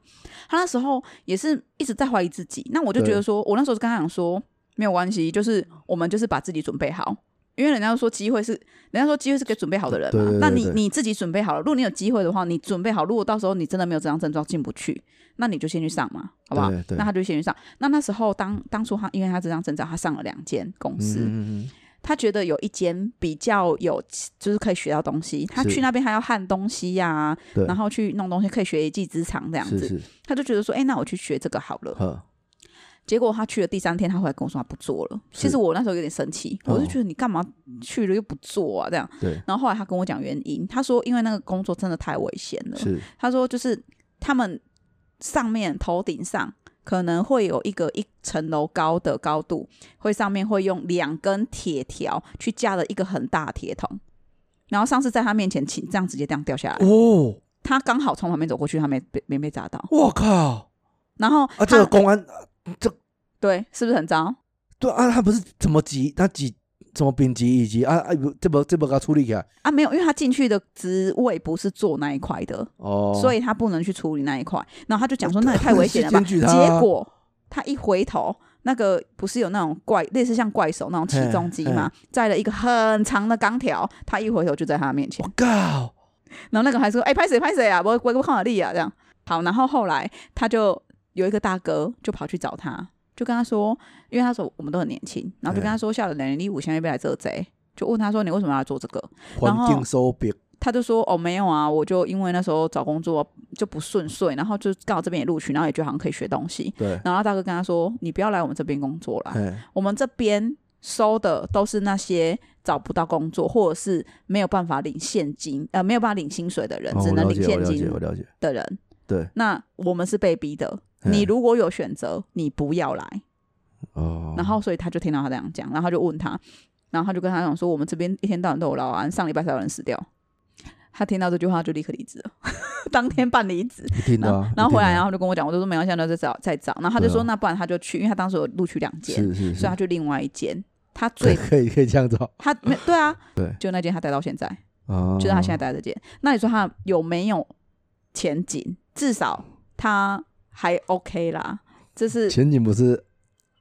他那时候也是一直在怀疑自己，那我就觉对得说，我那时候就跟他讲说，没有关系，就是我们就是把自己准备好。因为人家说机会是，人家说机会是给准备好的人嘛。对对对那你对你自己准备好了，如果你有机会的话，你准备好。如果到时候你真的没有这张证照进不去，那你就先去上嘛，好不好？对对那他就先去上。那那时候当当初他因为他这张证照，他上了两间公司，嗯嗯嗯他觉得有一间比较有，就是可以学到东西。他是去那边还要焊东西呀、嗯对然后去弄东西，可以学一技之长这样嗯，子。是是，他就觉得说，哎、那我去学这个好了。呵，结果他去了第三天，他回来跟我说他不做了。是其实我那时候有点生气，哦我就觉得你干嘛去了又不做啊？这样。对，然后后来他跟我讲原因，他说因为那个工作真的太危险了。是他说就是他们上面头顶上可能会有一个一层楼高的高度，会上面会用两根铁条去架了一个很大的铁桶，然后上次在他面前请这样直接这样掉下来，哦，他刚好从旁边走过去，他没被没被砸到，我靠然后啊，他、这个公安对是不是很糟？对啊，他不是怎么级，他几什么丙级乙级啊啊，不这不这不给他处理起来啊，没有，因为他进去的职位不是做那一块的，哦，所以以他不能去处理那一块。然后他就讲说，哦那也太危险了吧。 先举他结果他一回头，那个不是有那种怪，类似像怪手那种起重机嘛，载了一个很长的钢条，他一回头就在他面前我，靠，然后那个还说：“哎、拍谁拍谁啊，我我我抗力啊，这样。”好，然后后来他就有一个大哥就跑去找他，就跟他说，因为他说我们都很年轻，然后就跟他说，下了两年一五，现在被来这贼，就问他说你为什么要来做这个？环然后境收别他就说：“哦，没有啊，我就因为那时候找工作就不顺遂，然后就刚好这边也录取，然后也觉得好像可以学东西。对，然后大哥跟他说：‘你不要来我们这边工作啦，哎，我们这边收的都是那些找不到工作或者是没有办法领现金，呃，没有办法领薪水的人，哦呃只能我了领解我现了金解我了解，的人。对，那我们是被逼的。嗯你如果有选择，你不要来。’哦，然后所以他就听到他这样讲，然后他就问他，然后他就跟他讲说，我们这边一天到晚都有劳安，上礼拜才有人死掉。他听到这句话就立刻离职 了，当天办离职，一定的然后啊，然后回来，然后后就跟我讲，我就说没关系，那就再找再找。然后他就对啊说，那不然他就去，因为他当时有录取两间，是是所以他是，就另外一间。他对，最 可以可以这样子哦他没对啊， 对就那间他待到现在，啊，就是他现在待的这间。那你说他有没有前景？至少他还 OK 啦，这是前景不是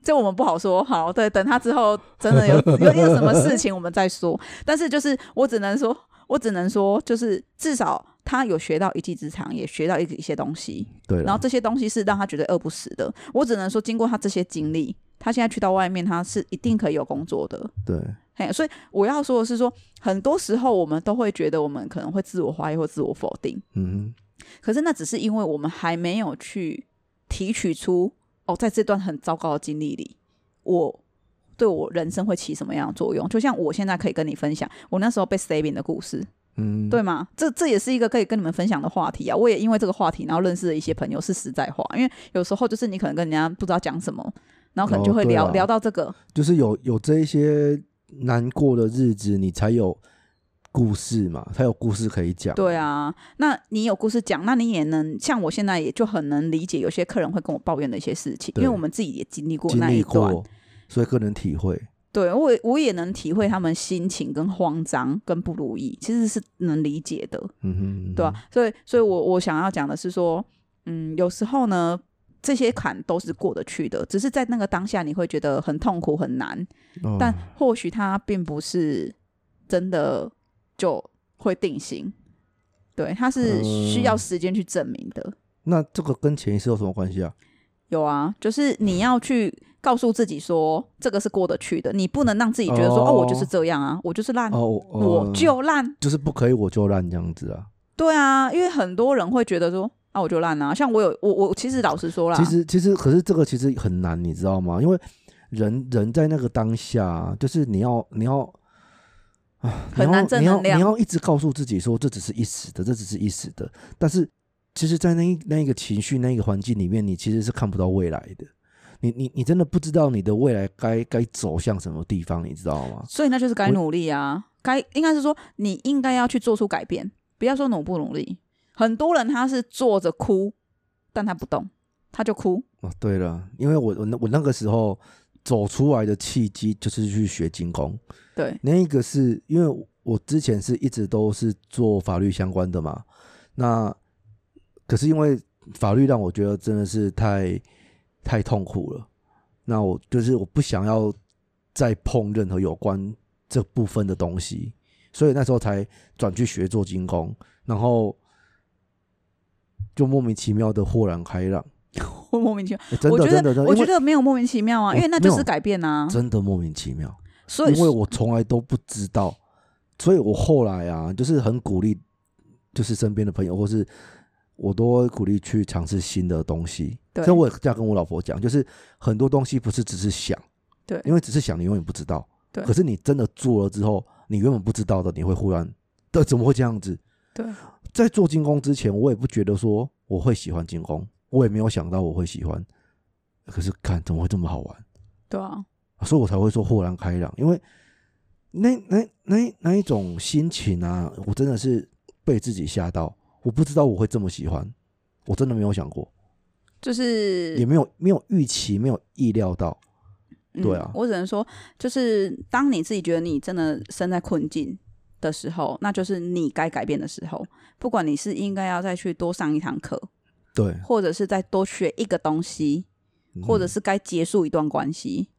这我们不好说，好，对，等他之后真 的有有有什么事情我们再说。但是就是我只能说，我只能说，就是至少他有学到一技之长，也学到一一些东西，对啊然后了，这些东西是让他觉得饿不死的。我只能说，经过他这些经历，他现在去到外面，他是一定可以有工作的。对，嘿，所以我要说的是说，很多时候我们都会觉得我们可能会自我怀疑或自我否定，嗯可是那只是因为我们还没有去。提取出哦，在这段很糟糕的经历里，我对我人生会起什么样的作用？就像我现在可以跟你分享我那时候被 stabbing 的故事，嗯，对吗？这这也是一个可以跟你们分享的话题啊！我也因为这个话题，然后认识了一些朋友，是实在话。因为有时候就是你可能跟人家不知道讲什么，然后可能就会哦对啊聊、聊到这个，就是有有这一些难过的日子，你才有故事嘛，才有故事可以讲。对啊，那你有故事讲，那你也能像我现在也就很能理解有些客人会跟我抱怨的一些事情，因对为我们自己也经历过经那一历段，过，所以更能体会。对我也我也能体会他们心情跟慌张跟不如意，其实是能理解的，嗯哼，对啊，所以所以我我想要讲的是说，嗯，有时候呢。这些坎都是过得去的，只是在那个当下你会觉得很痛苦很难，哦但或许它并不是真的就会定型，对，它是需要嗯时间去证明的。那这个跟潜意识有什么关系啊？有啊，就是你要去告诉自己说，这个是过得去的，你不能让自己觉得说，哦哦我就是这样啊，我就是烂，哦，我哦就烂。就是不可以我就烂这样子啊。对啊，因为很多人会觉得说，啊，我就烂啊。像我有我我其实老实说啦，其实其实可是这个其实很难，你知道吗？因为人人在那个当下啊，就是你要你要啊，你很要难正你要能量你要一直告诉自己说这只是一时的，这只是一时的。但是其实，在那一那一个情绪、那一个环境里面，你其实是看不到未来的。你你你真的不知道你的未来该该走向什么地方，你知道吗？所以那就是该我努力啊，该应该是说你应该要去做出改变，不要说努不努力。很多人他是坐着哭，但他不动，他就哭。哦，对了，因为我我那我那个时候走出来的契机就是去学精工，对， 那一个是因为我之前是一直都是做法律相关的嘛，那可是因为法律让我觉得真的是太太痛苦了，那我就是我不想要再碰任何有关这部分的东西，所以那时候才转去学做精工，然后就莫名其妙的豁然开朗，我莫名其妙，欸真我的觉真的得真的，我因觉为得没有莫名其妙啊，我因为那就没是有改变啊。真的莫名其妙。所以因为我从来都不知道，所以我后来啊，就是很鼓励，就是身边的朋友，或是我都会鼓励去尝试新的东西。对所以我也这样跟我老婆讲，就是很多东西不是只是想，对因为只是想你永远不知道，对可是你真的做了之后，你原本不知道的，你会忽然，对，怎么会这样子？对，在做精工之前，我也不觉得说我会喜欢精工，我也没有想到我会喜欢，可是看怎么会这么好玩？对啊，所以我才会说豁然开朗，因为那那那那一种心情啊，我真的是被自己吓到，我不知道我会这么喜欢，我真的没有想过，就是也没有没有预期，没有意料到，嗯对啊我只能说，就是当你自己觉得你真的身在困境的时候，那就是你该改变的时候。不管你是应该要再去多上一堂课，对，或者是再多学一个东西，嗯或者是该结束一段关系，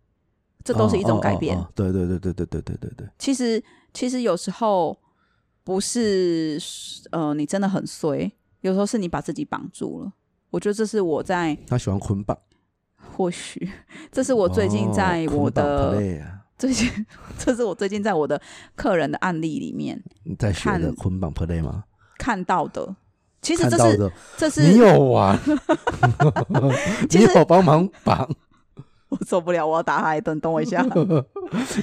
这都是一种改变。哦哦哦哦对对对对对对对对对，其实，其实有时候不是呃，你真的很衰，有时候是你把自己绑住了。我觉得这是我在他喜欢捆绑，或许，这是我最近哦在我捆绑的、 play 啊最近， 这是我最近在我的客人的案例里面你在学的看捆绑 play 吗？看到的。其实看这到是的，这你是 有玩，其你实有帮忙绑， 我受不了，我要打他一顿，等我一下。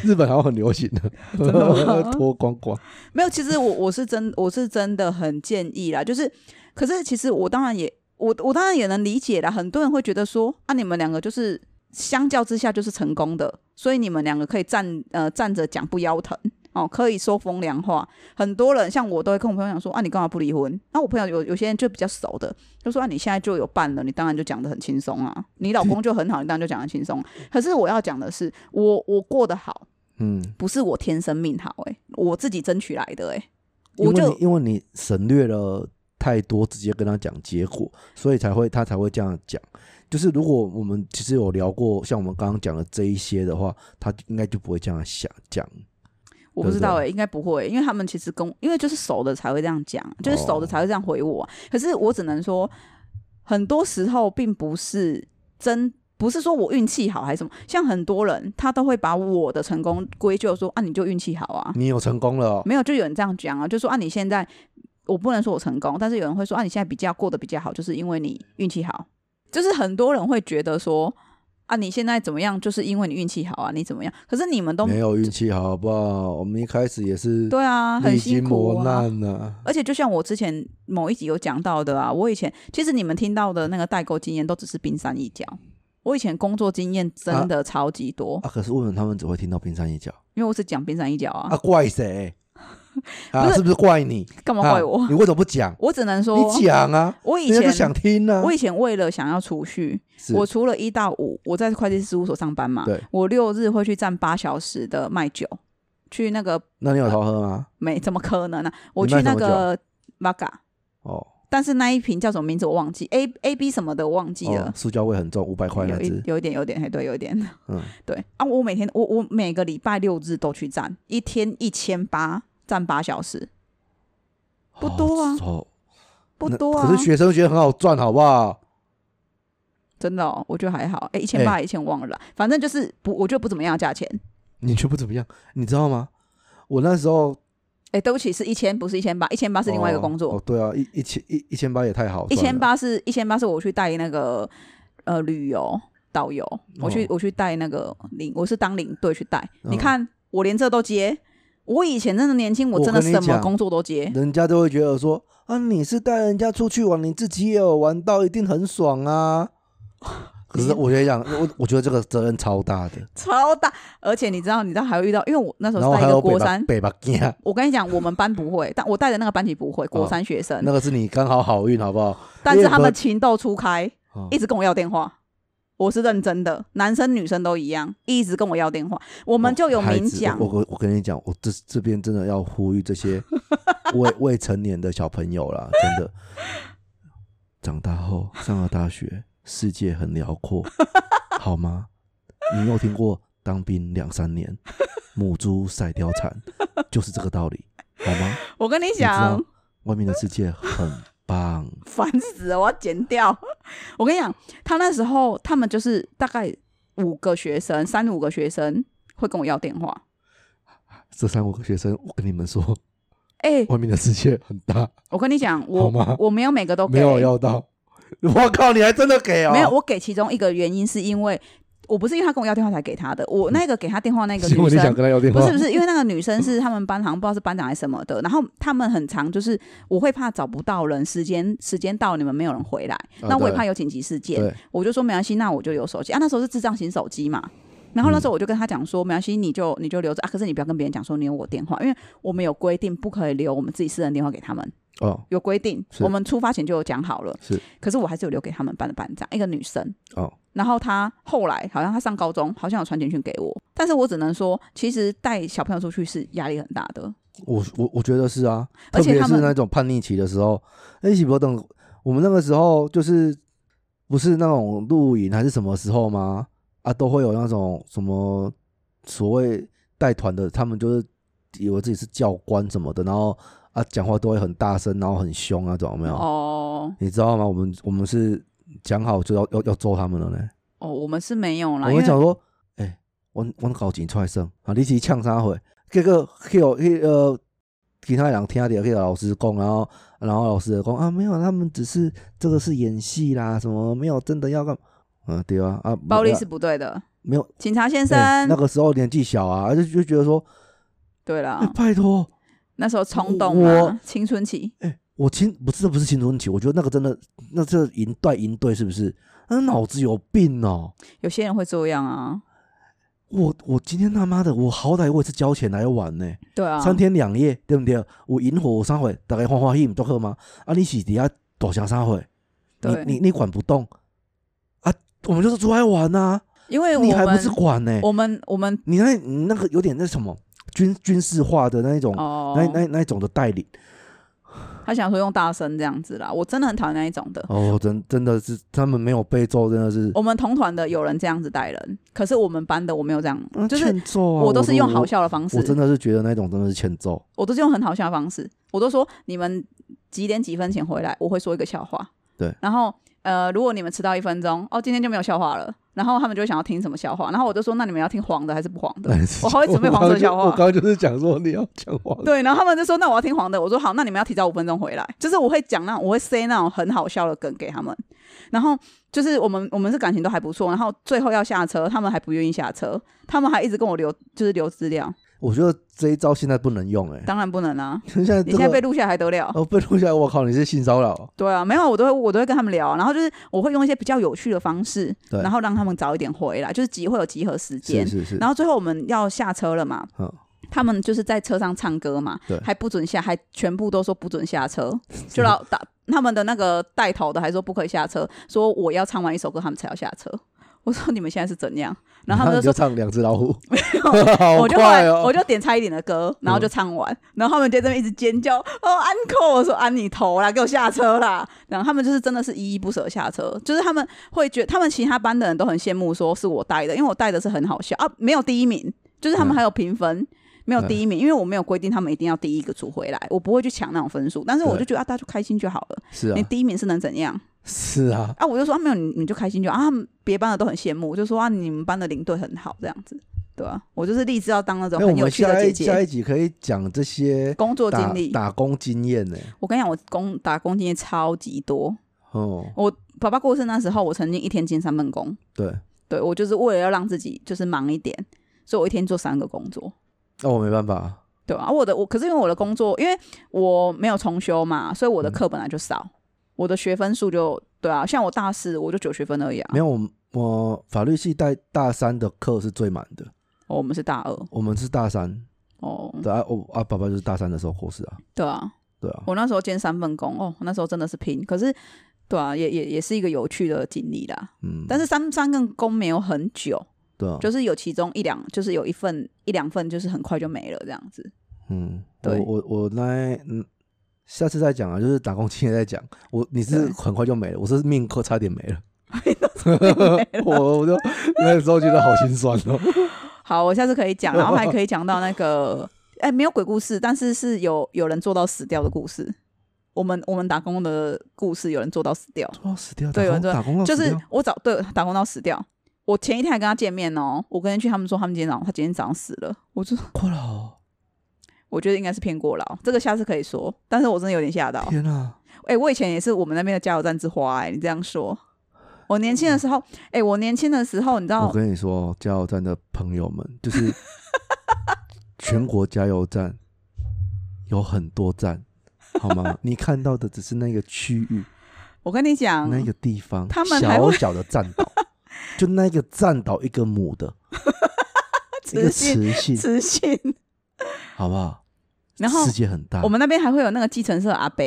日本好像很流行的，真的吗 脱光光，没有，其实我我是真我是真的很建议啦，就是，可是其实我当然也我我当然也能理解啦，很多人会觉得说啊，你们两个就是相较之下就是成功的，所以你们两个可以站呃站着讲不腰疼哦，可以说风凉话。很多人像我都会跟我朋友讲说啊，你干嘛不离婚？那、我朋友有有些人就比较熟的，就说啊，你现在就有伴了，你当然就讲的很轻松啊，你老公就很好，你当然就讲的轻松。可是我要讲的是，我我过得好，嗯。不是我天生命好、欸，我自己争取来的、欸，因我为就你因为你省略了太多，直接跟他讲结果，所以才会他才会这样讲。就是如果我们其实有聊过，像我们刚刚讲的这一些的话，他应该就不会这样想讲。我不知道哎、欸，应该不会、因为他们其实跟因为就是熟的才会这样讲，就是哦熟的才会这样回我。啊可是我只能说，很多时候并不是真，不是说我运气好还是什么，像很多人他都会把我的成功归咎说啊，你就运气好啊， 你有成功了哦、没有就有人这样讲啊，就说啊，你现在我不能说我成功，但是有人会说啊，你现在比较过得比较好，就是因为你运气好。就是很多人会觉得说啊，你现在怎么样，就是因为你运气好啊，你怎么样？可是你们都没有运气好不好？我们一开始也是对啊，很历辛经苦磨啊。难啊，而且就像我之前某一集有讲到的啊，我以前其实你们听到的那个代购经验都只是冰山一角。我以前工作经验真的超级多，啊，可是为什么他们只会听到冰山一角因为我是讲冰山一角啊啊？，怪谁？啊不，是是不是怪你？干嘛怪我？ 啊你为什么不讲？我只能说，你讲啊，我以人家前就想听呢。我以前为了想要储蓄，是我除了一到五，我在会计师事务所上班嘛，对，我六日会去站八小时的卖酒，去那个那你有逃喝吗？没怎么可能呢、啊我你去卖那什么啊个 v 嘎，哦，但是那一瓶叫什么名字我忘记，A A B 什么的我忘记了哦，。塑胶味很重，五百块那有一只，有一点，有一点，嘿，对，有一点， 嗯，对啊，我每天，我我每个礼拜六日都去站，一天一千八，站八小时，不多啊好丑不那多啊可，是学生觉得很好赚，好不好？真的、哦，我觉得还好，哎、一千八，一千忘了啦，反正就是不，我觉得不怎么样的价钱，你却不怎么样，你知道吗？我那时候哎、对不起，是一千，不是一千八，一千八是另外一个工作哦，哦对啊，一一千一一千八也太好，一千，八是一千八是我去带那个呃旅游导游，我去、哦我去带那个领，我是当领队去带。嗯你看我连这都接，我以前真的年轻，我我真的跟你什么讲工作都接。人家都会觉得说啊，你是带人家出去玩，你自己也有玩到，一定很爽 啊。可是我觉得讲， 我我觉得这个责任超大的，超大，而且你知道，你知道还会遇到，因为我那时然候后带还一有个北国巴三，北巴干，我跟你讲，我们班不会，但我带的那个班级不会，国哦三学生，那个是你刚好好运，好不好？但是因为他我们情窦初开，哦一直跟我要电话，我是认真的，男生女生都一样，一直跟我要电话，我我们就有哦孩明子讲我，我我跟你讲，我这这边真的要呼吁这些 未未成年的小朋友啦，真的，长大后上了大学，世界很辽 阔，好吗？你有听过当兵两三年， 母猪赛貂蝉，就是这个道理，好吗？我跟你你知道讲，外面的世界很棒，烦死了，我要剪掉。 我跟你讲，他那时候他们就是大概五个学生，三五个学生会跟我要电话。这三五个学生，我跟你们 说，哎、外面的世界很大，我跟你讲，好吗我我没有每个都给，没有要到。我靠！你还真的给哦？没有我给其中一个原因是因为我不是因为他跟我要电话才给他的，我那个给他电话那个嗯 是因为女你想生。跟他要电不话？是不是，因为那个女生是他们班，好像不知道是班长还是什么的。然后他们很常就是，我会怕找不到人，时间时间到你们没有人回来，那我也啊对怕有紧急事件。对，我就说没关系，那我就有手机啊。那时候是智障型手机嘛，然后那时嗯候我就跟他讲说，没关系，你就你就留着啊。可是你不要跟别人讲说你有我电话，因为我们有规定不可以留我们自己私人电话给他们，哦有规定。是我们出发前就有讲好了，是。可是我还是有留给他们班的班长，一个女生。哦，然后她后来好像她上高中，好像有传简讯给我，但是我只能说，其实带小朋友出去是压力很大的。我我我觉得是啊，而特且别他是们那种叛逆期的时候，一起不等我们那个时候就是不是那种露营还是什么时候吗？啊，都会有那种什么所谓带团的，他们就是以为自己是教官什么的，然后啊讲话都会很大声，然后很凶那种，有没有？哦你知道吗？我们我们是讲好就要要要揍他们了呢。哦，我们是没有啦，我们因为想说，哎、我我搞警出来算啊，你是呛啥会？结果去有去呃，其他人听到去老师讲，然后然后老师也讲啊，没有，他们只是这个是演戏啦，什么没有真的要干嘛？嗯，对啊啊，暴力没有是不对的。没有、警察先生，哎那个时候年纪小啊，就就觉得说，对哎、啦，拜托，那时候冲动我嘛，青春期。哎、我青不是这不是青春期，我觉得那个真的，那这营带营队是不是？那脑子有病哦、有些人会这样啊，我我今天他妈的，我好歹我也是交钱来玩呢、对啊，三天两夜，对不对？有萤火有啥会，大家欢欢喜喜都好吗？啊，你是底下大声啥会？你对你你管不动啊？我们就是出来玩呐、因为我你还不们是管呢、我们我们你那你那个有点那什么军军事化的那一种，哦，那那那一种的带领他想说用大声这样子啦，我真的很讨厌那一种的。哦，真真的是他们没有被揍，真的是我们同团的有人这样子带人，可是我们班的我没有这样，啊就是欠揍啊！我都是用好我笑的方式，我真的是觉得那种真的是欠揍。我都是用很好笑的方式，我都说你们几点几分前回来，我会说一个笑话。对，然后呃，如果你们迟到一分钟，哦，今天就没有笑话了。然后他们就会想要听什么笑话，然后我就说那你们要听黄的还是不黄 的？哎我还会准备黄色我刚笑话我刚刚就是讲说 你要讲黄色，对，然后他们就说那我要听黄的，我说好，那你们要提早五分钟回来，就是我会讲那种我会 say 那种很好笑的梗给他们，然后就是我们我们是感情都还不错，然后最后要下车，他们还不愿意下车，他们还一直跟我留就是留资料，我觉得这一招现在不能用哎、当然不 能啊，现在你这现在被个录下来还得了？哦被录下来，我靠，你是性骚扰，对啊，没有，我都会我都会跟他们聊，然后就是我会用一些比较有趣的方式，对然后让他们早一点回来，就是集会有集合时间是，是是，然后最后我们要下车了嘛嗯，他们就是在车上唱歌嘛对，还不准下，还全部都说不准 下车，就老打他们的那个带头的还说不可以下车，说我要唱完一首歌他们才要下车。我说你们现在是怎样？然后他们你就就说，唱两只老 虎，我 好就后来快我哦，嗯就点蔡依林的歌，然后就唱完，然后他们就在那边一直尖叫，哦安 n 我说安你头啦，给我下车啦！然后他们就是真的是依依不舍下车，就是他们会觉他们其他班的人都很羡慕，说是我带的，因为我带的是很好笑啊，没有第一名，就是他们嗯还有评分。没有第一名，因为我没有规定他们一定要第一个组回来，我不会去抢那种分数。但是我就对觉得啊，大家就开心就好了。是你啊第一名是能怎样是啊，啊？我就说啊，没有你你就开心就好啊。他们别班的都很羡慕，就说啊，你们班的领队很好这样子，对啊，我就是立志要当那种那很我有们趣的下姐一姐。下一集可以讲这些工作打经历，打工经验呢、我跟你讲，我工打工经验超级多。哦，爸爸过世那时候，我曾经一天兼三份工，对，对我就是为了要让自己就是忙一点，所以我一天做三个工作，那、我没办法，对吧、啊？我的我可是因为我的工作，因为我没有重修嘛，所以嗯我的课本来就少，我的学分数就对啊，像我大四我就九学分而已啊没，有我我法律系带大三的课是最满的，哦我们是大二我们是大三，哦，对啊，我啊爸爸就是大三的时候过世啊，对啊，对啊，我那时候兼三份工，哦，那时候真的是拼，可是对啊，也也也是一个有趣的经历啦。嗯，但是三三份工没有很久，对啊，就是有其中一两，就是有一份一两份，就是很快就没了这样子。嗯，对我我我来，嗯，下次再讲啊，就是打工经验再讲。我你是对很快就没了，我是命课差点没 了。我我就那时候觉得好心酸哦。好，我下次可以 讲，然后还可以讲到那个，哎、没有鬼故事，但是是有有人做到死掉的故事。我们我们打工的故事，有人做到死掉，要 死掉，对打我工知道打工到就死是掉我早对打工到死掉。我前一天还跟他见面哦，我跟他去，他们说他们今天早上他今天早上死了，我就过了哦，我觉得应该是骗过劳，这个下次可以说，但是我真的有点吓到。天啊，哎、我以前也是我们那边的加油站之花、哎，你这样说，我年轻的时候，哎、我年轻的时候，你知道我跟你说，哦加油站的朋友们，就是 全国加油站有很多站，好吗？你看到的只是那个区域。我跟你讲，那个地方，他们还小会小的站 岛，就那个站岛一个母的，一雌个性雌性，磁性。 好不好？然后世界很大，我们那边还会有那个计程车阿伯，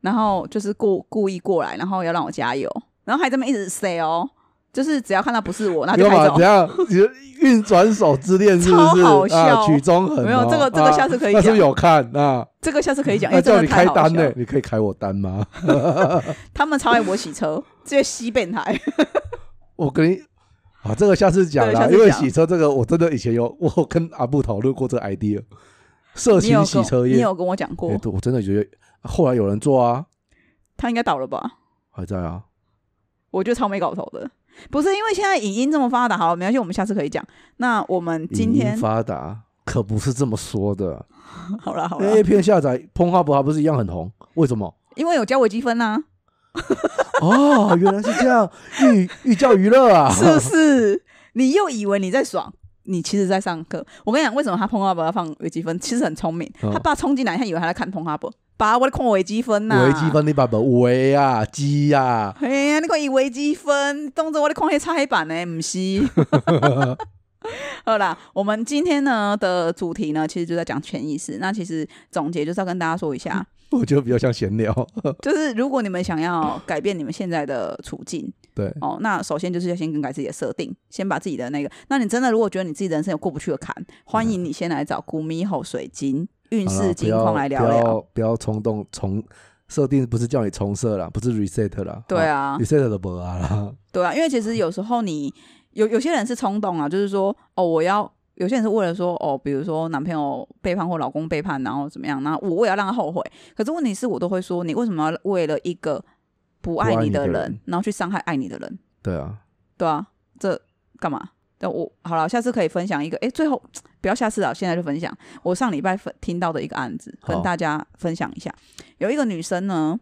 然后就是故故意过来，然后要让我加油，然后还这么一直 say 哦，就是只要看到不是我，那就干开嘛走这。样？你的运转手之恋是不是？超好笑啊、曲中恒、哦、没有这个，这个下次可以啊那是讲不是，有看啊？这个下次可以讲，因那为真叫的你太开好单笑呢了。，你可以开我单吗？他们超爱我洗车， 这些西变态。我跟你。啊，这个下次讲对下啦，次因为讲洗车这个我真的以前有， 我有跟阿布讨论过这个 idea，色你情有洗跟车你业，有跟我讲过哎，对我真的觉得后来有人做啊，他应该倒了吧？还在啊，我觉得超没搞头的。不是因为现在影音这么发达，好了，没关系，我们下次可以讲。那我们今影音天发达可不是这么说的。好了好了， A 片下载 p o n h u b 还不是一样很红？为什么？因为有加微积分啊呐、 哦，原来是这样，寓寓教于乐啊！啊，是不是？你又以为你在爽，你其实在上课。我跟你讲，为什么他碰到不要放微积分？其实很聪明，哦他爸冲进来，他以为他在看碰哈不，爸，我在看微积分呐、微积。分你把本微啊鸡呀，哎呀，你看以微积分，当作我在看黑擦黑板呢，不是。 好啦，我们今天呢的主题呢，其实就在讲潜意识。那其实总结就是要跟大家说一下，我觉得比较像闲聊。就是如果你们想要改变你们现在的处境对，哦，那首先就是要先更改自己的设定，先把自己的那个。那你真的如果觉得你自己人生有过不去的坎，欢迎你先来找古米吼水晶运嗯好啦势不金要矿来聊不要聊。不要冲动重设定，不是叫你重设啦，不是 reset 啦。对啊啊， ，reset 的不啊啦。对啊，因为其实有时候你有有些人是冲动啊，就是说哦，我要。有些人是为了说哦，比如说男朋友背叛或老公背叛，然后怎么样，然后我我也要让他后悔。可是问题是我都会说，你为什么要为了一个不爱不爱你你的的人，人然后去伤害爱你的人？对啊，对啊，这干嘛？但我好了，下次可以分享一个。哎，最后不要下次了，现在就分享我上礼拜分听到的一个案子，好跟大家分享一下。有一个女生呢，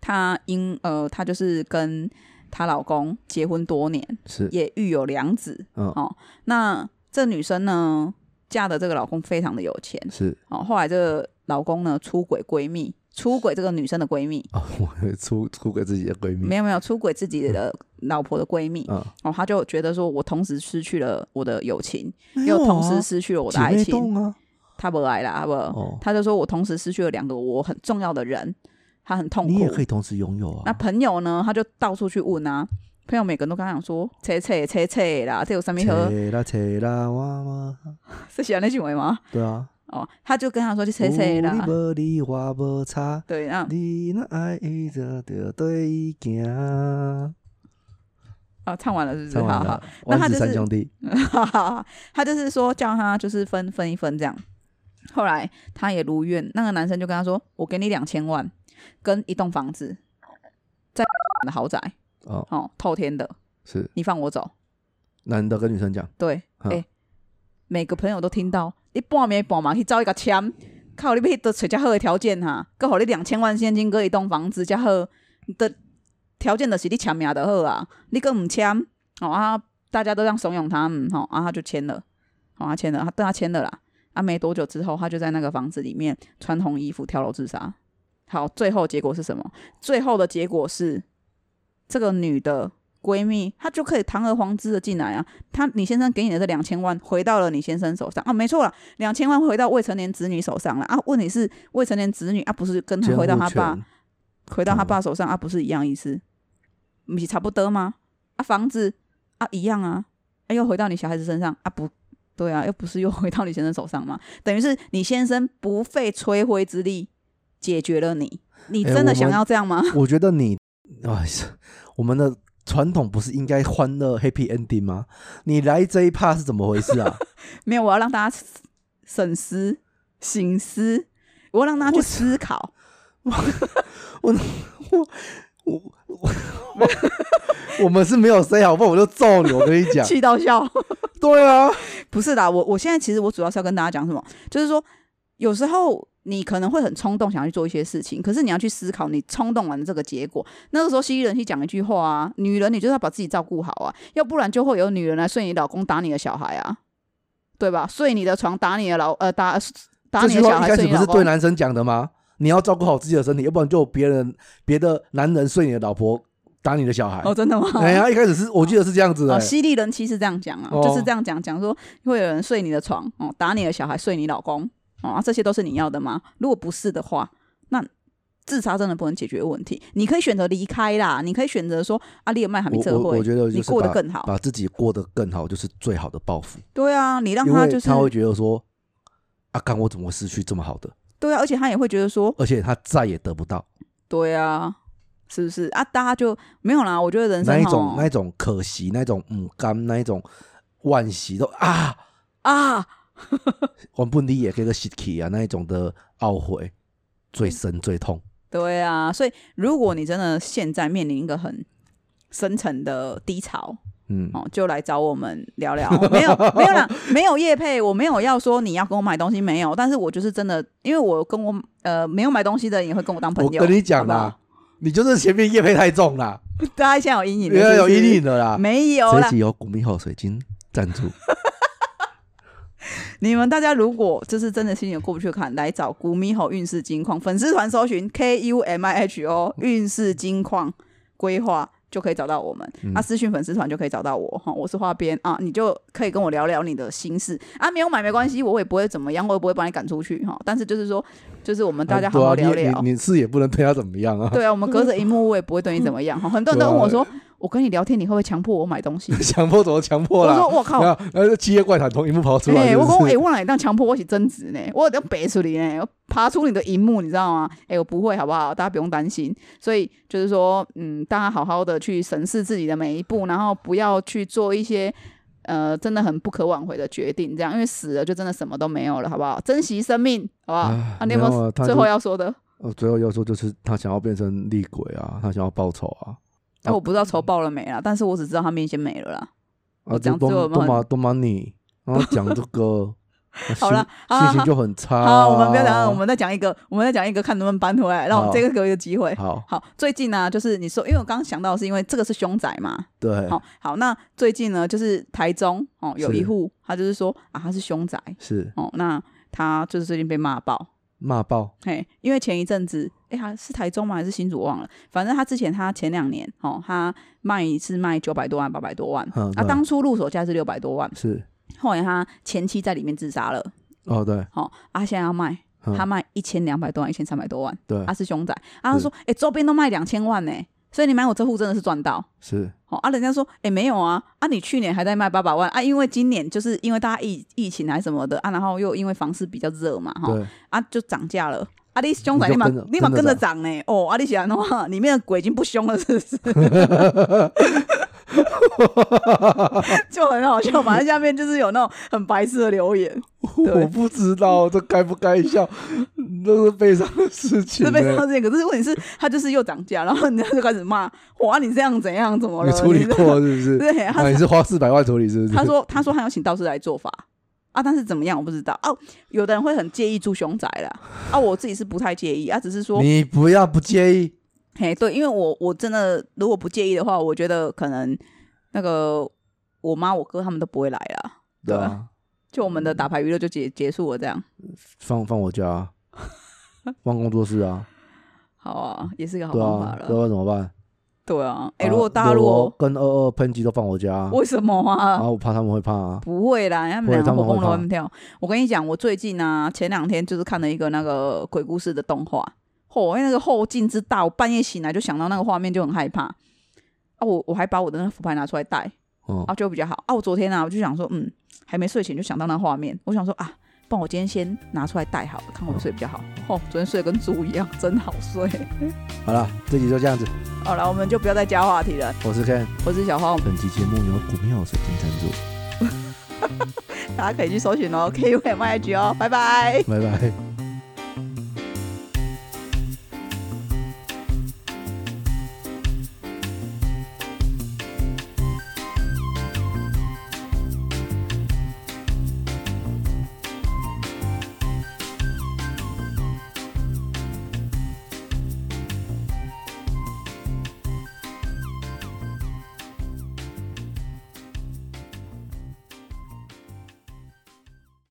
她因呃，她就是跟她老公结婚多年，是，也育有两子。嗯哦，那这女生呢，嫁的这个老公非常的有钱是哦。后来这个老公呢，出轨闺蜜，出轨这个女生的闺蜜，哦，我以为出出给自己的闺蜜没有没有出轨自己的老婆的闺蜜。啊，哦，她就觉得说，我同时失去了我的友情，没又有同啊时失去了我的姐爱妹情。洞啊，她不来啦，她不，哦，她就说我同时失去了两个我很重要的人，她很痛苦。你也可以同时拥有那啊，朋友呢，他就到处去问啊，朋友每个人都跟他讲说，切切切切啦，这有什么好？切啦切啦，哇哇， 是喜欢那行为吗？对啊，哦，他就跟他说去切切有啦哦你。无你我无差，对，那你若爱伊就着对行。啊，唱完了是不是？唱好完好了，，那他万就氏是三兄弟哈哈， 他就是说叫他就是分分一分这样。后来他也如愿，那个男生就跟他说：“我给你两千万，跟一栋房子，在的豪宅，哦，哦，透天的，是你放我走。男的跟女生讲，”对，哎、嗯每个朋友都听到，你半暝半嘛去走一个签，靠你要得找较好的条件哈、啊，搁互你两千万现金，搁一栋房子较好，你的条件就是你签名就好啊，你搁毋签，哦啊，大家都这样怂恿他，嗯吼、啊他就签了，哦他签了，他对他签了啦，啊没多久之后，他就在那个房子里面穿红衣服跳楼自杀。好，最后结果是什么？最后的结果是，这个女的闺蜜，她就可以堂而皇之的进来啊，他你先生给你的这两千万回到了你先生手上啊，没错了，两千万回到未成年子女手上了啊。问题是未成年子女啊，不是跟他监回到护他爸权，回到他嗯爸手上啊，不是一样意思？不是差不多吗？啊，房子啊一样啊，啊又回到你小孩子身上啊不。对啊，又不是又回到你先生手上吗？等于是你先生不费吹灰之力解决了你，你哎真的我想们要这样吗？我觉得你， 哎，是我们的传统不是应该欢乐 happy ending 吗？你来这一趴是怎么回事 啊？没有，我要让大家思审思、醒思，我要让大家去我思考。我我我我们是没有 say 好，不然我就揍你！我跟你 讲，气到笑。对啊，不是啦，我我现在其实我主要是要跟大家讲什么，就是说有时候你可能会很冲动想要去做一些事情，可是你要去思考你冲动完的这个结果。那个时候西医人去讲一句话啊，女人你就是要把自己照顾好啊，要不然就会有女人来睡你老公打你的小孩啊，对吧？睡你的床打你的老呃打打这你句的话小一孩开睡始你不老是对公。男生讲的吗？你要照顾好自己的身体，要不然就有别人别的男人睡你的老婆，打你的小孩。哦，真的吗？哎呀，一开始是我记得是这样子的、哎哦，犀利人妻是这样讲啊，哦就是这样讲，讲说会有人睡你的床，哦，打你的小孩，睡你老公，哦，啊这些都是你要的吗？如果不是的话，那自杀真的不能解决问题。你可以选择离开啦，你可以选择说啊，你也卖还没我社我会我，觉得你就是过得把更好。把自己过得更好，就是最好的报复，对啊，你让因他为就是他会觉得说，啊，干我怎么会失去这么好的？对啊，而且他也会觉得说，而且他再也得不到对啊，是不是啊？大家就没有啦。我觉得人那生一种吼那一种可惜，那一种嗯干，那一种惋惜都啊，啊，我不理也可以个 s i 啊那一种的懊悔最深最痛。对啊，所以如果你真的现在面临一个很深层的低潮，嗯，哦，就来找我们聊聊。没有，没有啦，没有叶配，我没有要说你要跟我买东西，没有。但是我就是真的，因为我跟我呃没有买东西的人也会跟我当朋我友。跟你讲好啦，你就是前面叶配太重啦，不好， 大家现在有阴影因了，为有是不是阴影啊的啦。啊没有这一啦嗯集，由古米好水晶赞助，你们大家如果就是真的心里有过不去的坎，来找古米吼运势金矿粉丝团搜寻 K U M I H O 运势金矿规划。就可以找到我们，嗯啊，私讯粉丝团就可以找到我哈，我是花边啊，你就可以跟我聊聊你的心事啊，没有买没关系，我也不会怎么样，我也不会把你赶出去哈，但是就是说，就是我们大家好好啊对啊聊你也聊，你你是也不能对他怎么样啊。对啊，我们隔着荧幕我也不会对你怎么样哈，很多人都问我说，我跟你聊天你会不会强迫我买东西？ 强迫怎么强迫我啦？说我靠，然后然后就七夜怪谈从荧幕跑出来，哎、是不我是讲，哎、我哪会当强迫我是争执呢？我要白出你呢，我爬出你的荧幕，你知道吗？哎、我不会，好不好？大家不用担心。所以就是说，嗯，大家好好的去审视自己的每一步，然后不要去做一些呃真的很不可挽回的决定，这样，因为死了就真的什么都没有了，好不好？珍惜生命，好不好？啊啊，你有没没有有啊他最就后要说的？呃，最后要说就是他想要变成厉鬼啊，他想要报仇啊，但哦我不知道仇报了没啦，但是我只知道他面先没了啦。啊，讲就最后有东东没有马东马你，然后讲这 个，啊好啦心好好心情就很差啊、好，我们不要讲了，我们再讲一个，我们再讲一个，看能不能搬回来，让我们好这个给我一个机会。好好，最近呢、就是你说，因为我刚刚想到的是因为这个是凶宅嘛，对好好，那最近呢，就是台中哦，有是一户他就是说啊，他是凶宅是哦，那他就是最近被骂爆，骂爆嘿，因为前一阵子，哎、还是台中吗？还是新竹？我忘了。反正他之前他前两年，哦，他卖是卖九百多万、八百多万，嗯啊，对当初入手价是六百多万，是后来他前妻在里面自杀了，哦对，哦，啊，现在要卖，嗯他卖一千两百多万、一千三百多万，对他、是凶宅，啊，他嗯是说，哎、周边都卖两千万呢、所以你买我这户真的是赚到。是哦啊，人家说，哎、没有啊，啊，你去年还在卖八百万啊，因为今年就是因为大家疫疫情还是什么的啊，然后又因为房市比较热嘛，哈，对啊就涨价了。啊，你凶宅你就立马跟着立马跟着跟着涨呢！哦，啊，你喜欢的话， 里面的鬼已经不凶了，是不是？ 就很好笑嘛。下面就是有那种很白痴的 留言，对我不知道这该不该 笑，这是悲伤的事情欸、是 被上这个。可是问题是，他就是又涨价，然后人家就开始骂：哇，你这样怎样？怎么了？你处理这过是不是？对，他啊，你是花四百万处理是不是？他说他说他有请道士来做法啊，但是怎么样我不知道哦、有的人会很介意住凶宅啦，啊，我自己是不太介意啊，只是说，你不要不介意，嘿，对，因为我我真的如果不介意的话，我觉得可能那个我妈我哥他们都不会来啦。对对啊，就我们的打牌娱乐就结结束了，这样放放我家、 啊，放工作室啊，好啊，也是个好对方法啊，了。要不然怎么办？对啊，哎、啊如果大家如我果跟二二喷机都放我家啊，为什么啊然？后我怕他们会怕啊，不会啦，他们不会两个他们活蹦会怕乱跳。我跟你讲，我最近啊，前两天就是看了一个那个鬼故事的动画，嚯、因为那个后劲之大，我半夜醒来就想到那个画面，就很害怕。啊，我我还把我的那个福牌拿出来戴，嗯，啊，就比较好。啊，我昨天啊，我就想说，嗯，还没睡前就想到那画面，我想说啊，不然我今天先拿出来戴好了，看我睡比较好。哦，昨天睡得跟猪一样，真好睡。好了，这集就这样子，好了，我们就不要再加话题了。我是 Ken，我是小花，我们本期节目由股票水晶赞助，大家可以去搜寻哦，K U M I G 哦，拜拜。拜拜。